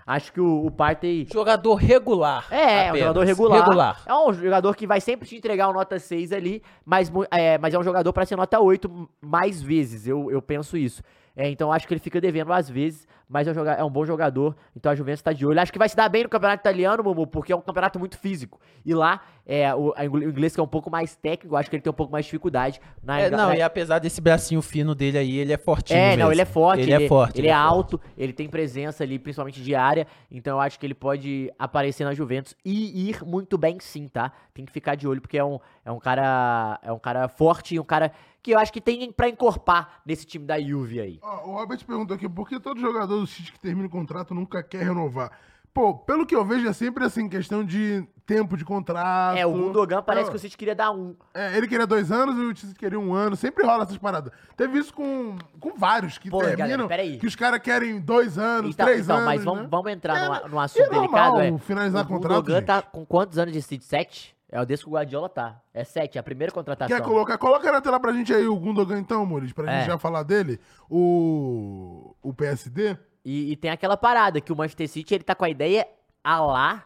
Speaker 1: Acho que o, o Partey...
Speaker 4: Jogador regular.
Speaker 1: É, é um
Speaker 4: apenas.
Speaker 1: jogador regular.
Speaker 4: Regular.
Speaker 1: É um jogador que vai sempre te entregar uma nota 6 ali, mas mu- é, mas é um jogador pra ser nota 8 m- mais vezes, eu, eu penso isso. É, então acho que ele fica devendo às vezes, mas é um, joga- é um bom jogador, então a Juventus tá de olho. Acho que vai se dar bem no campeonato italiano, Mumu, porque é um campeonato muito físico. E lá, é, o, a ingl- o inglês que é um pouco mais técnico, acho que ele tem um pouco mais de dificuldade. Na,
Speaker 3: É,
Speaker 1: Ingl-
Speaker 3: não,
Speaker 1: na-
Speaker 3: e apesar desse bracinho fino dele aí, ele é fortinho
Speaker 1: é,
Speaker 3: mesmo.
Speaker 1: não, ele é forte.
Speaker 3: Ele, é forte.
Speaker 1: Ele, é alto, ele tem presença ali, principalmente de área. Então eu acho que ele pode aparecer na Juventus e ir muito bem sim, tá? Tem que ficar de olho, porque é um, é um cara. É um cara forte e um cara que eu acho que tem pra encorpar nesse time da Juve aí.
Speaker 2: Ó, o Robert perguntou aqui, por que todo jogador do City que termina o contrato nunca quer renovar? Pô, pelo que eu vejo, é sempre assim, questão de tempo de contrato.
Speaker 1: É, o Gundogan parece
Speaker 2: Não,
Speaker 1: que o City queria dar um.
Speaker 2: é, ele queria dois anos e o City queria um ano. Sempre rola essas paradas. Teve isso com, com vários que
Speaker 1: Pô, galera,
Speaker 2: terminam,
Speaker 1: peraí.
Speaker 2: que os caras querem dois anos,
Speaker 1: Então,
Speaker 2: três
Speaker 1: então,
Speaker 2: anos,
Speaker 1: mas vamos,
Speaker 2: né?
Speaker 1: vamos entrar
Speaker 2: É,
Speaker 1: num a- num
Speaker 2: E
Speaker 1: assunto
Speaker 2: é normal
Speaker 1: delicado, é.
Speaker 2: finalizar
Speaker 1: O
Speaker 2: contrato,
Speaker 1: Gundogan
Speaker 2: gente.
Speaker 1: tá com quantos anos de City? Sete? É o desse que o Guardiola tá. É sete, é a primeira contratação.
Speaker 2: Quer colocar? Coloca na tela pra gente aí o Gundogan então, Muris, pra
Speaker 1: É.
Speaker 2: gente já falar dele. O, o PSD.
Speaker 1: E, e tem aquela parada que o Manchester City, ele tá com a ideia a lá.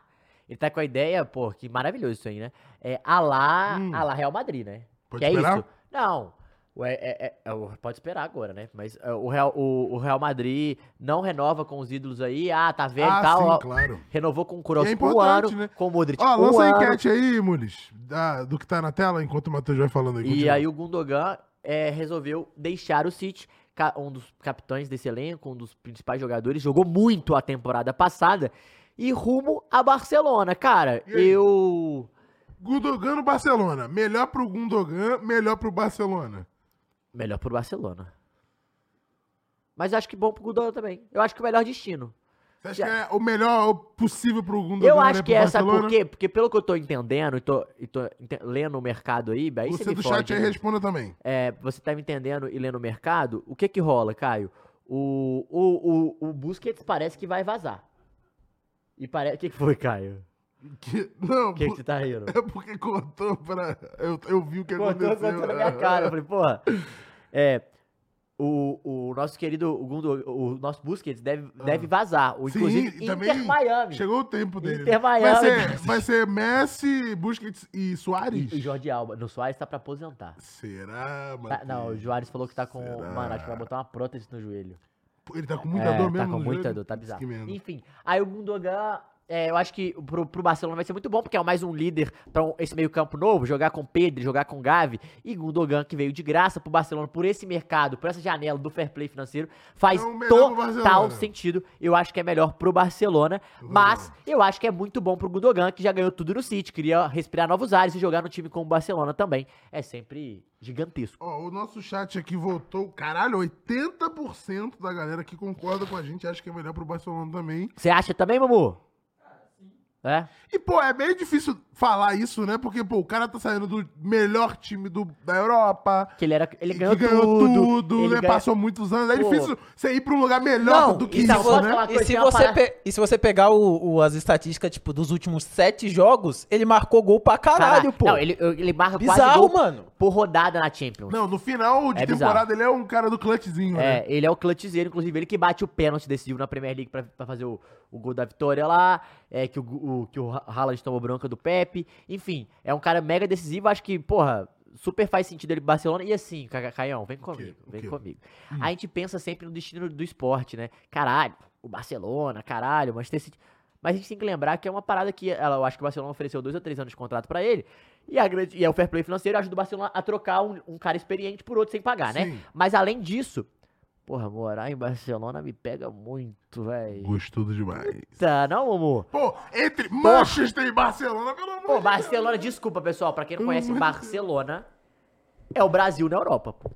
Speaker 1: Ele tá com a ideia, pô, que maravilhoso isso aí, né? É a lá,
Speaker 2: Hum.
Speaker 1: a lá Real Madrid, né?
Speaker 2: Pode
Speaker 1: que
Speaker 2: esperar?
Speaker 1: é isso? Não. Ué, é- é- é, o- pode esperar agora, né? Mas é, o, Real, o, o Real Madrid não renova com os ídolos aí. Ah, tá velho e
Speaker 2: ah,
Speaker 1: tal.
Speaker 2: sim,
Speaker 1: ó,
Speaker 2: claro.
Speaker 1: Renovou com o Kroos
Speaker 2: E é
Speaker 1: por um ano,
Speaker 2: importante, né?
Speaker 1: com o Modric
Speaker 2: Ó,
Speaker 1: por um
Speaker 2: lança a
Speaker 1: ano.
Speaker 2: enquete aí, Muris, da- do que tá na tela, enquanto o Matheus vai falando aí.
Speaker 1: E
Speaker 2: continua.
Speaker 1: aí o Gundogan é, resolveu deixar o City, ca- um dos capitães desse elenco, um dos principais jogadores, jogou muito a temporada passada e rumo a Barcelona, cara.
Speaker 2: E aí?
Speaker 1: Eu
Speaker 2: Gundogan no Barcelona. Melhor pro Gundogan, melhor pro Barcelona.
Speaker 1: melhor pro Barcelona. Mas acho que bom pro Gundogan também. Eu acho que o melhor destino.
Speaker 2: Você acha que é o melhor possível pro Gundogan?
Speaker 1: Eu
Speaker 2: né,
Speaker 1: acho
Speaker 2: pro
Speaker 1: que é, sabe
Speaker 2: Barcelona?
Speaker 1: por quê? Porque pelo que eu tô entendendo e tô, e tô ente- lendo o mercado aí, aí você,
Speaker 2: Você
Speaker 1: me
Speaker 2: do
Speaker 1: fode, né?
Speaker 2: chat aí
Speaker 1: hein?
Speaker 2: responda também.
Speaker 1: é, você tá me entendendo e lendo o mercado, o que que rola, Caio? O, o, o, o Busquets parece que vai vazar. E parece... O que que foi, Caio?
Speaker 2: Que- não,
Speaker 1: O que que
Speaker 2: por-
Speaker 1: você tá rindo?
Speaker 2: é porque cortou pra. Eu, eu vi o que
Speaker 1: Cortou
Speaker 2: aconteceu.
Speaker 1: santo na minha cara. Eu falei, porra... É, o, o nosso querido o Gundo, o nosso Busquets deve, deve vazar. O,
Speaker 2: Ah. Sim,
Speaker 1: inclusive,
Speaker 2: e
Speaker 1: Inter
Speaker 2: também
Speaker 1: Miami.
Speaker 2: Chegou o tempo dele.
Speaker 1: Inter
Speaker 2: né? vai,
Speaker 1: Miami.
Speaker 2: ser, vai ser Messi, Busquets e Soares?
Speaker 1: E, e Jordi Alba. No Soares tá pra aposentar.
Speaker 2: Será, mano?
Speaker 1: Tá- não, o Juárez falou que tá com...
Speaker 2: Será?
Speaker 1: Mano, acho que vai botar uma prótese no joelho.
Speaker 2: Ele tá com muita
Speaker 1: É,
Speaker 2: dor mesmo
Speaker 1: Tá com
Speaker 2: no
Speaker 1: muita
Speaker 2: joelho?
Speaker 1: dor, tá
Speaker 2: Putz,
Speaker 1: bizarro.
Speaker 2: que merda.
Speaker 1: Enfim, aí o Gundogan, é, eu acho que pro, pro Barcelona vai ser muito bom, porque é mais um líder pra um- esse meio-campo novo, jogar com Pedro, jogar com Gavi. E Gundogan, que veio de graça pro Barcelona por esse mercado, por essa janela do fair play financeiro, faz
Speaker 2: É o melhor pro
Speaker 1: total
Speaker 2: Barcelona.
Speaker 1: sentido. Eu acho que é melhor pro Barcelona, mas eu acho que é muito bom pro Gundogan, que já ganhou tudo no City, queria respirar novos ares e jogar no time como o Barcelona também. É sempre gigantesco.
Speaker 2: Ó, o nosso chat aqui voltou, caralho, 80% da galera que concorda com a gente acha que é melhor pro Barcelona também.
Speaker 1: Você acha também, Mamu? É?
Speaker 2: E, pô, é meio difícil falar isso, né? Porque, pô, o cara tá saindo do melhor time do, da Europa,
Speaker 1: Que ele, era, ele
Speaker 2: e
Speaker 1: ganhou,
Speaker 2: que ganhou tudo, né?
Speaker 1: ganha-
Speaker 2: Passou muitos anos. É
Speaker 1: Pô.
Speaker 2: difícil você ir pra um lugar melhor
Speaker 4: Não,
Speaker 2: do que
Speaker 4: e
Speaker 2: isso,
Speaker 4: se
Speaker 1: for
Speaker 2: né?
Speaker 1: falar-
Speaker 4: E se,
Speaker 1: Tem uma
Speaker 4: você
Speaker 1: parada-
Speaker 4: pe- e se você pegar o- o- as estatísticas, tipo, dos últimos sete jogos, ele marcou gol pra caralho, pô.
Speaker 1: Não, ele, ele marca quase
Speaker 4: Bizarro,
Speaker 1: gol
Speaker 4: mano.
Speaker 1: por rodada na Champions.
Speaker 2: Não, no final de
Speaker 1: É bizarro.
Speaker 2: temporada ele é um cara do clutchzinho, né?
Speaker 1: É, ele é o clutchzeiro, inclusive ele que bate o pênalti decisivo na Premier League pra, pra fazer o, o gol da vitória lá, é, que o, o- que o Ha- Haaland tomou bronca do Pepe, enfim, é um cara mega decisivo, acho que, porra, super faz sentido ele pro Barcelona, e assim, Ca- Ca- Caião, vem comigo,
Speaker 2: O
Speaker 1: vem
Speaker 2: quê? Hum.
Speaker 1: comigo. A gente pensa sempre no destino do esporte, né, caralho, o Barcelona, caralho, o Manchester City, mas a gente tem que lembrar que é uma parada que, ela, eu acho que o Barcelona ofereceu dois ou três anos de contrato pra ele, e, a grande- e é o fair play financeiro ajuda o Barcelona a trocar um, um cara experiente por outro sem pagar, né?
Speaker 2: Sim.
Speaker 1: Mas além disso, porra, morar em Barcelona me pega muito, velho.
Speaker 2: Gostoso demais.
Speaker 1: Tá, não, Mumu?
Speaker 2: Pô, entre Manchester e Barcelona, pelo amor
Speaker 1: Pô,
Speaker 2: de
Speaker 1: Barcelona, desculpa, pessoal, pra quem não
Speaker 2: Pelo
Speaker 1: conhece,
Speaker 2: amor de Deus.
Speaker 1: Barcelona é o Brasil na Europa. pô.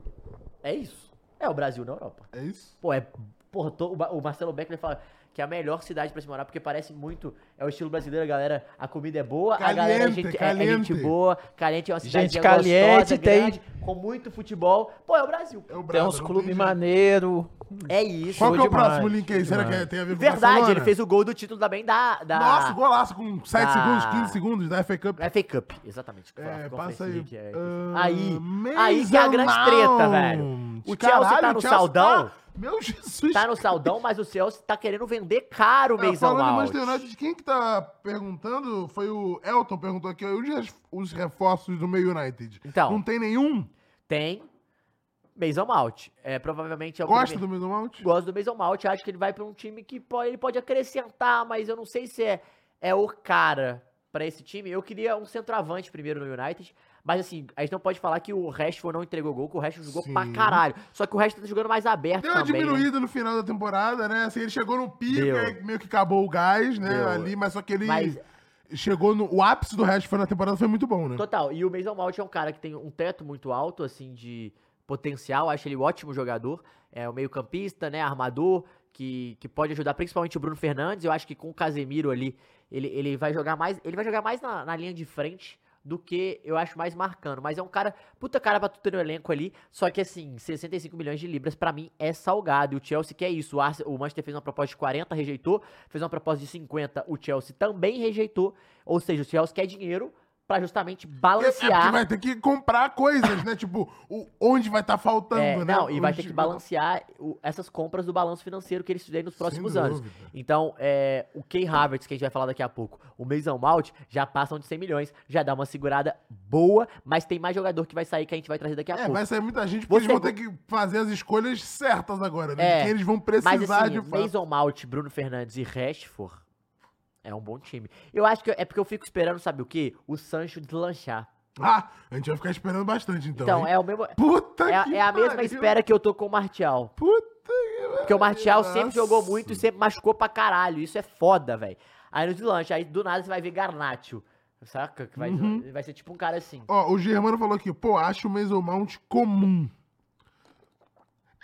Speaker 1: É isso. É o Brasil na Europa.
Speaker 2: Deus. É isso?
Speaker 1: Pô, é. Porra, tô- o, Ba- o Marcelo Beckler fala que é a melhor cidade pra se morar, porque parece muito. É o estilo brasileiro, a galera. A comida é boa,
Speaker 2: Caliente,
Speaker 1: a galera é gente, é- é gente
Speaker 2: caliente.
Speaker 1: boa, caliente é uma cidade
Speaker 4: Gente caliente, tem-
Speaker 1: grande, com muito futebol. Pô, é o Brasil.
Speaker 2: É o
Speaker 4: Tem
Speaker 2: Brasa,
Speaker 4: uns
Speaker 2: não
Speaker 4: clubes
Speaker 2: tem jeito.
Speaker 4: maneiros.
Speaker 1: É isso.
Speaker 2: Qual que é o
Speaker 4: demais,
Speaker 2: próximo link aí? Será que é- tem a ver com
Speaker 1: Verdade, ele
Speaker 2: Barcelona?
Speaker 1: fez o gol do título também da. da...
Speaker 2: Nossa, golaço com 7
Speaker 1: da-
Speaker 2: segundos, 15 segundos da FA Cup.
Speaker 1: FA Cup, exatamente.
Speaker 2: É,
Speaker 1: Conference
Speaker 2: passa aí.
Speaker 1: League, é.
Speaker 2: Ah,
Speaker 1: Aí, aí que é a grande treta, velho. O Chelsea tá
Speaker 2: Caralho,
Speaker 1: no
Speaker 2: o
Speaker 1: saldão.
Speaker 2: tá- Meu Jesus.
Speaker 1: Tá no saldão, mas o Chelsea tá querendo vender caro o
Speaker 2: Tá
Speaker 1: Meizão
Speaker 2: falando em
Speaker 1: Mount.
Speaker 2: Manchester United, quem que tá perguntando foi o Elton, perguntou aqui, ó, e os res- os reforços do meio United?
Speaker 1: Então.
Speaker 2: Não tem nenhum?
Speaker 1: Tem Mason Mount. É, provavelmente é o
Speaker 2: Gosta
Speaker 1: primeiro-
Speaker 2: do meio Mount?
Speaker 1: Gosto do Mason Mount. Acho que ele vai pra um time que pode, ele pode acrescentar, mas eu não sei se é, é o cara pra esse time. Eu queria um centroavante primeiro no United. Mas assim, a gente não pode falar que o Rashford não entregou gol, que o Rashford jogou pra
Speaker 2: Sim.
Speaker 1: caralho. Só que o Rashford tá jogando mais aberto
Speaker 2: Deu uma
Speaker 1: também. né?
Speaker 2: diminuída no final da temporada, né? Assim, ele chegou no pico,
Speaker 1: Deu.
Speaker 2: aí meio que acabou o gás, né?
Speaker 1: Deu.
Speaker 2: Ali, mas só que ele
Speaker 1: Mas-
Speaker 2: chegou no. O ápice do Rashford na temporada foi muito bom, né?
Speaker 1: Total. E o Mason Mount é um cara que tem um teto muito alto, assim, de potencial. Acho ele um ótimo jogador. É um meio-campista, né? Armador, que, que pode ajudar principalmente o Bruno Fernandes. Eu acho que com o Casemiro ali, ele, ele vai jogar mais. Ele vai jogar mais na, na linha de frente do que eu acho mais marcando. Mas é um cara, puta cara pra tu ter no elenco ali. Só que assim, 65 milhões de libras pra mim é salgado. E o Chelsea quer isso. O, Arsenal, o Manchester fez uma proposta de 40, rejeitou. Fez uma proposta de 50, o Chelsea também rejeitou. Ou seja, o Chelsea quer dinheiro pra justamente
Speaker 2: É, é porque
Speaker 1: balancear.
Speaker 2: vai ter que comprar coisas, né? Tipo, o, onde vai estar faltando,
Speaker 1: É,
Speaker 2: né?
Speaker 1: não, e vai
Speaker 2: Onde-
Speaker 1: ter que balancear o- essas compras do balanço financeiro que eles tiverem nos
Speaker 2: Sem
Speaker 1: próximos anos.
Speaker 2: dúvida.
Speaker 1: Então, é, o Key Havertz, que a gente vai falar daqui a pouco, o Mason Mount, já passam de 100 milhões, já dá uma segurada boa, mas tem mais jogador que vai sair que a gente vai trazer daqui a
Speaker 2: É,
Speaker 1: pouco.
Speaker 2: vai sair muita gente, porque
Speaker 1: Você-
Speaker 2: eles vão ter que fazer as escolhas certas agora, né?
Speaker 1: É,
Speaker 2: de quem eles vão precisar
Speaker 1: Mas assim,
Speaker 2: de fato.
Speaker 1: Mason Mount, Bruno Fernandes e Rashford é um bom time. Eu acho que é porque eu fico esperando, sabe o quê? O Sancho deslanchar.
Speaker 2: Ah, a gente vai ficar esperando bastante, então.
Speaker 1: Então,
Speaker 2: hein?
Speaker 1: é o mesmo.
Speaker 2: Puta
Speaker 1: É,
Speaker 2: que
Speaker 1: é a mesma
Speaker 2: pariu.
Speaker 1: espera que eu tô com o Martial.
Speaker 2: Puta que
Speaker 1: Porque o Martial sempre
Speaker 2: Nossa.
Speaker 1: jogou muito e sempre machucou pra caralho. Isso é foda, velho. Aí no deslanche, aí do nada você vai ver Garnacho. Saca? Que vai,
Speaker 2: Uhum.
Speaker 1: vai ser tipo um cara assim.
Speaker 2: Ó, o Germano falou aqui, pô, acho o Mason Mount comum.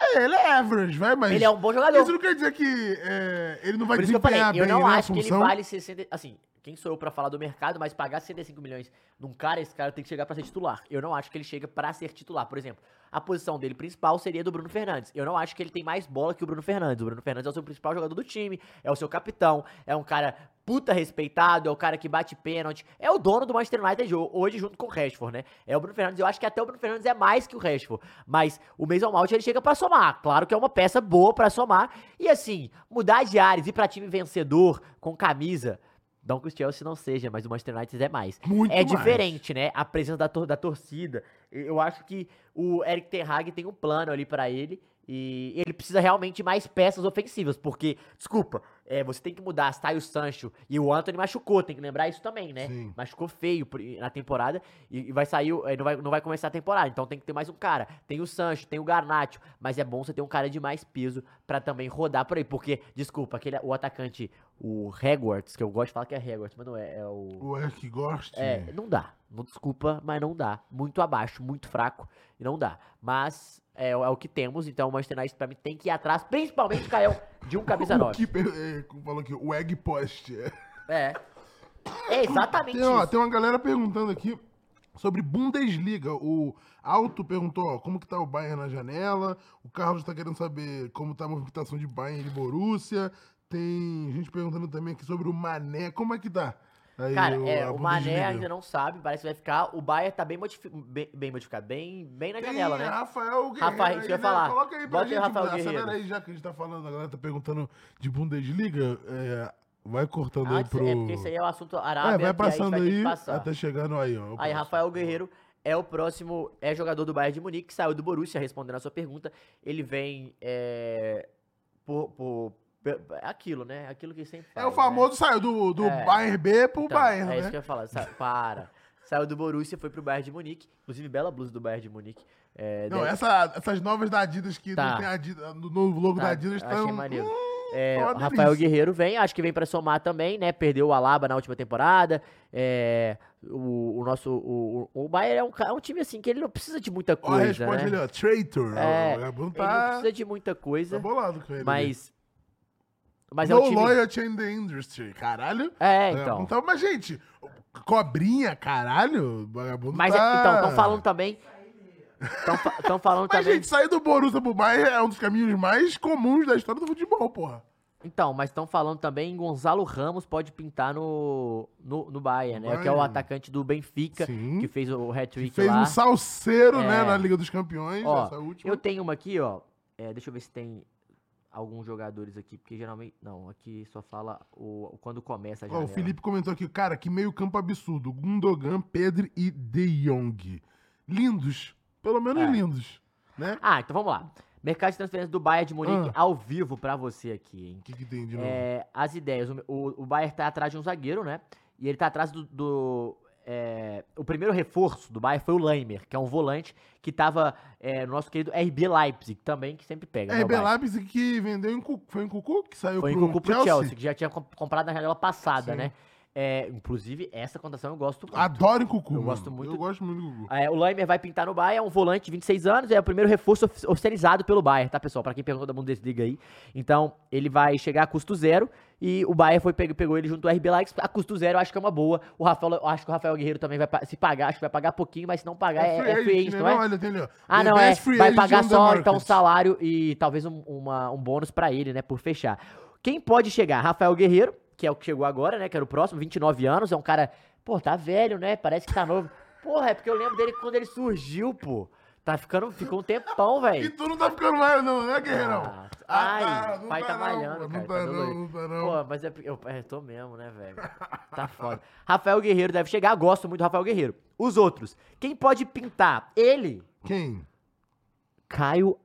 Speaker 2: É, ele é average, vai, mas...
Speaker 1: Ele é um bom jogador.
Speaker 2: Isso não quer dizer que é, ele não vai
Speaker 1: Por isso que eu falei,
Speaker 2: desempenhar
Speaker 1: eu
Speaker 2: bem,
Speaker 1: não
Speaker 2: né, a
Speaker 1: acho que ele
Speaker 2: função.
Speaker 1: vale 60. Assim, quem sou eu pra falar do mercado, mas pagar 65 milhões num cara, esse cara tem que chegar pra ser titular. Eu não acho que ele chega pra ser titular. Por exemplo, a posição dele principal seria do Bruno Fernandes. Eu não acho que ele tem mais bola que o Bruno Fernandes. O Bruno Fernandes é o seu principal jogador do time, é o seu capitão, é um cara puta respeitado, é o cara que bate pênalti, é o dono do Manchester United ho- hoje junto com o Rashford, né? É o Bruno Fernandes, eu acho que até o Bruno Fernandes é mais que o Rashford, mas o Mason Mount ele chega pra somar, claro que é uma peça boa pra somar, e assim, mudar de áreas, ir pra time vencedor, com camisa, não que o Chelsea não seja, mas o Manchester United é mais.
Speaker 2: Muito
Speaker 1: é
Speaker 2: mais.
Speaker 1: diferente, né? A presença da, tor- da torcida, eu acho que o Eric Ten Hag tem um plano ali pra ele, e ele precisa realmente de mais peças ofensivas, porque, desculpa, é, você tem que mudar, sai o Sancho e o Anthony machucou, tem que lembrar isso também, né?
Speaker 2: Sim.
Speaker 1: Machucou feio por- na temporada e, e vai sair, o- é, não vai, não vai começar a temporada, então tem que ter mais um cara. Tem o Sancho, tem o Garnacho, mas é bom você ter um cara de mais peso pra também rodar por aí, porque, desculpa, aquele, o atacante, o Hagwards, que eu gosto de falar que é Hagwards, mas não é, é o...
Speaker 2: Ué, que goste.
Speaker 1: É, não dá. Não desculpa, mas não dá. Muito abaixo, muito fraco, e não dá. Mas é, é o que temos, então o Manchester United pra mim tem que ir atrás, principalmente, Caio, de um camisa
Speaker 2: O
Speaker 1: 9.
Speaker 2: que é, falou aqui, o egg post. é.
Speaker 1: É. É exatamente
Speaker 2: Tem, ó,
Speaker 1: isso.
Speaker 2: tem uma galera perguntando aqui sobre Bundesliga. O Alto perguntou, ó, como que tá o Bayern na janela. O Carlos tá querendo saber como tá a movimentação de Bayern e de Borussia. Tem gente perguntando também aqui sobre o Mané. Como é que tá? aí
Speaker 1: Cara,
Speaker 2: o-
Speaker 1: é,
Speaker 2: a
Speaker 1: o Mané
Speaker 2: Bundesliga?
Speaker 1: ainda não sabe, parece que vai ficar. O Bayern tá bem, modifi- bem, bem modificado, bem, bem na
Speaker 2: Tem
Speaker 1: janela, né?
Speaker 2: Rafael Guerreiro.
Speaker 1: Rafael, isso que eu ia
Speaker 2: né?
Speaker 1: falar.
Speaker 2: Coloca aí pra
Speaker 1: Bota aí o
Speaker 2: gente,
Speaker 1: Rafael
Speaker 2: acelera
Speaker 1: Guerreiro.
Speaker 2: aí já que a gente tá falando, a galera tá perguntando de Bundesliga. é, vai cortando aí
Speaker 1: Antes,
Speaker 2: pro.
Speaker 1: É, porque isso aí é o assunto
Speaker 2: É,
Speaker 1: Arábia,
Speaker 2: vai
Speaker 1: que a gente
Speaker 2: passando
Speaker 1: vai ter que
Speaker 2: aí
Speaker 1: passar.
Speaker 2: até chegar no aí, ó. o
Speaker 1: Aí,
Speaker 2: próximo.
Speaker 1: Rafael Guerreiro é o próximo, é jogador do Bayern de Munique, que saiu do Borussia, respondendo a sua pergunta. Ele vem é, por, por- pe- aquilo, né? Aquilo que sempre
Speaker 2: É
Speaker 1: faz,
Speaker 2: o
Speaker 1: né?
Speaker 2: famoso saiu do, do
Speaker 1: É.
Speaker 2: Bayern B pro
Speaker 1: Então,
Speaker 2: Bayern,
Speaker 1: É
Speaker 2: né?
Speaker 1: isso que eu ia falar. sa- para. Saiu do Borussia, foi pro Bayern de Munique. Inclusive, bela blusa do Bayern de Munique. É,
Speaker 2: Não,
Speaker 1: deve-
Speaker 2: essa- essas novas da Adidas que
Speaker 1: Tá.
Speaker 2: não tem Adidas, no novo logo
Speaker 1: Tá,
Speaker 2: da Adidas
Speaker 1: achei
Speaker 2: estão.
Speaker 1: maneiro. É,
Speaker 2: um hum, tá uma
Speaker 1: o
Speaker 2: delícia.
Speaker 1: Rafael Guerreiro vem, acho que vem pra somar também, né? Perdeu o Alaba na última temporada. é, o, o nosso. O, o o Bayern é um, ca- é um time assim que ele não precisa de muita
Speaker 2: Olha a
Speaker 1: coisa.
Speaker 2: resposta
Speaker 1: né?
Speaker 2: ali, ó. Traitor.
Speaker 1: É,
Speaker 2: o Gabuno
Speaker 1: Ele não
Speaker 2: tá,
Speaker 1: precisa de muita
Speaker 2: tá
Speaker 1: coisa,
Speaker 2: bolado com ele. ali.
Speaker 1: mas Mas é
Speaker 2: no
Speaker 1: um time.
Speaker 2: loyalty in the industry, caralho.
Speaker 1: É, então.
Speaker 2: mas, gente, cobrinha, caralho, vagabundo
Speaker 1: Mas é-
Speaker 2: tá...
Speaker 1: então, estão falando também. Estão falando
Speaker 2: Mas,
Speaker 1: também.
Speaker 2: gente, sair do Borussia pro Bayern é um dos caminhos mais comuns da história do futebol, porra.
Speaker 1: Então, mas estão falando também em Gonzalo Ramos pode pintar no, no, no Bayern, né?
Speaker 2: Bayern.
Speaker 1: Que é o atacante do Benfica,
Speaker 2: Sim.
Speaker 1: que fez o
Speaker 2: Que
Speaker 1: hat-trick
Speaker 2: fez
Speaker 1: lá.
Speaker 2: um salseiro, né,
Speaker 1: É.
Speaker 2: na Liga dos Campeões,
Speaker 1: Ó,
Speaker 2: essa última.
Speaker 1: Eu tenho uma aqui, ó. É, deixa eu ver se tem alguns jogadores aqui, porque geralmente. Não, aqui só fala o, quando começa a
Speaker 2: Ó,
Speaker 1: janela.
Speaker 2: o Felipe comentou aqui, cara, que meio campo absurdo. Gundogan, Pedro e De Jong. Lindos. Pelo menos
Speaker 1: É.
Speaker 2: lindos. Né?
Speaker 1: Ah, então vamos lá. Mercado de transferência do Bayern de Munique
Speaker 2: Ah.
Speaker 1: ao vivo pra você aqui, hein?
Speaker 2: O que, que tem de novo?
Speaker 1: É, as ideias. O, o, o Bayern tá atrás de um zagueiro, né? E ele tá atrás do. do, é, o primeiro reforço do Bayern foi o Leimer, que é um volante que tava é, no nosso querido RB Leipzig também, que sempre pega.
Speaker 2: É,
Speaker 1: né, o
Speaker 2: RB
Speaker 1: Bayern.
Speaker 2: Leipzig que vendeu em Cucu, foi em Cucu que saiu
Speaker 1: Foi em
Speaker 2: pro,
Speaker 1: Cucu pro Chelsea. que já tinha comp- comprado na janela passada,
Speaker 2: Sim.
Speaker 1: né? É, inclusive, essa contratação eu gosto muito.
Speaker 2: Adoro em Cucu.
Speaker 1: Eu
Speaker 2: mano.
Speaker 1: gosto muito-
Speaker 2: Eu gosto muito do Cucu.
Speaker 1: É, o Leimer vai pintar no Bayern, é um volante de 26 anos, é o primeiro reforço ofi- oficializado pelo Bayern, tá, pessoal? Pra quem perguntou da Bundesliga aí. Então, ele vai chegar a custo zero e o Bayern foi, pegou, pegou ele junto ao RB Leipzig a custo zero, eu acho que é uma boa. O Rafael, eu acho que o Rafael Guerreiro também vai pa- se pagar, acho que vai pagar pouquinho, mas se não pagar é, é free agent,
Speaker 2: né?
Speaker 1: não é?
Speaker 2: Olha, tem ali, ó.
Speaker 1: Ah,
Speaker 2: The
Speaker 1: não, é.
Speaker 2: best free
Speaker 1: Vai
Speaker 2: agent
Speaker 1: pagar
Speaker 2: on the
Speaker 1: só
Speaker 2: market.
Speaker 1: então salário e talvez um, uma- um bônus pra ele, né, por fechar. Quem pode chegar? Rafael Guerreiro, que é o que chegou agora, né, que era o próximo, 29 anos, é um cara, pô, tá velho, né? Parece que tá novo. Porra, é porque eu lembro dele quando ele surgiu, pô. Tá ficando, ficou um tempão,
Speaker 2: E
Speaker 1: velho.
Speaker 2: tu não tá ficando mais, não, né, guerreirão?
Speaker 1: Ah,
Speaker 2: Ah,
Speaker 1: ai,
Speaker 2: tá, não
Speaker 1: o pai
Speaker 2: tá
Speaker 1: tá
Speaker 2: não,
Speaker 1: malhando,
Speaker 2: não
Speaker 1: cara.
Speaker 2: tá
Speaker 1: tá
Speaker 2: não,
Speaker 1: doido.
Speaker 2: não tá não.
Speaker 1: Pô, mas é, porque- eu, é, tô mesmo, né, velho? Tá foda. Rafael Guerreiro deve chegar, gosto muito do Rafael Guerreiro. Os outros, quem pode pintar? Ele,
Speaker 2: Quem?
Speaker 1: Caio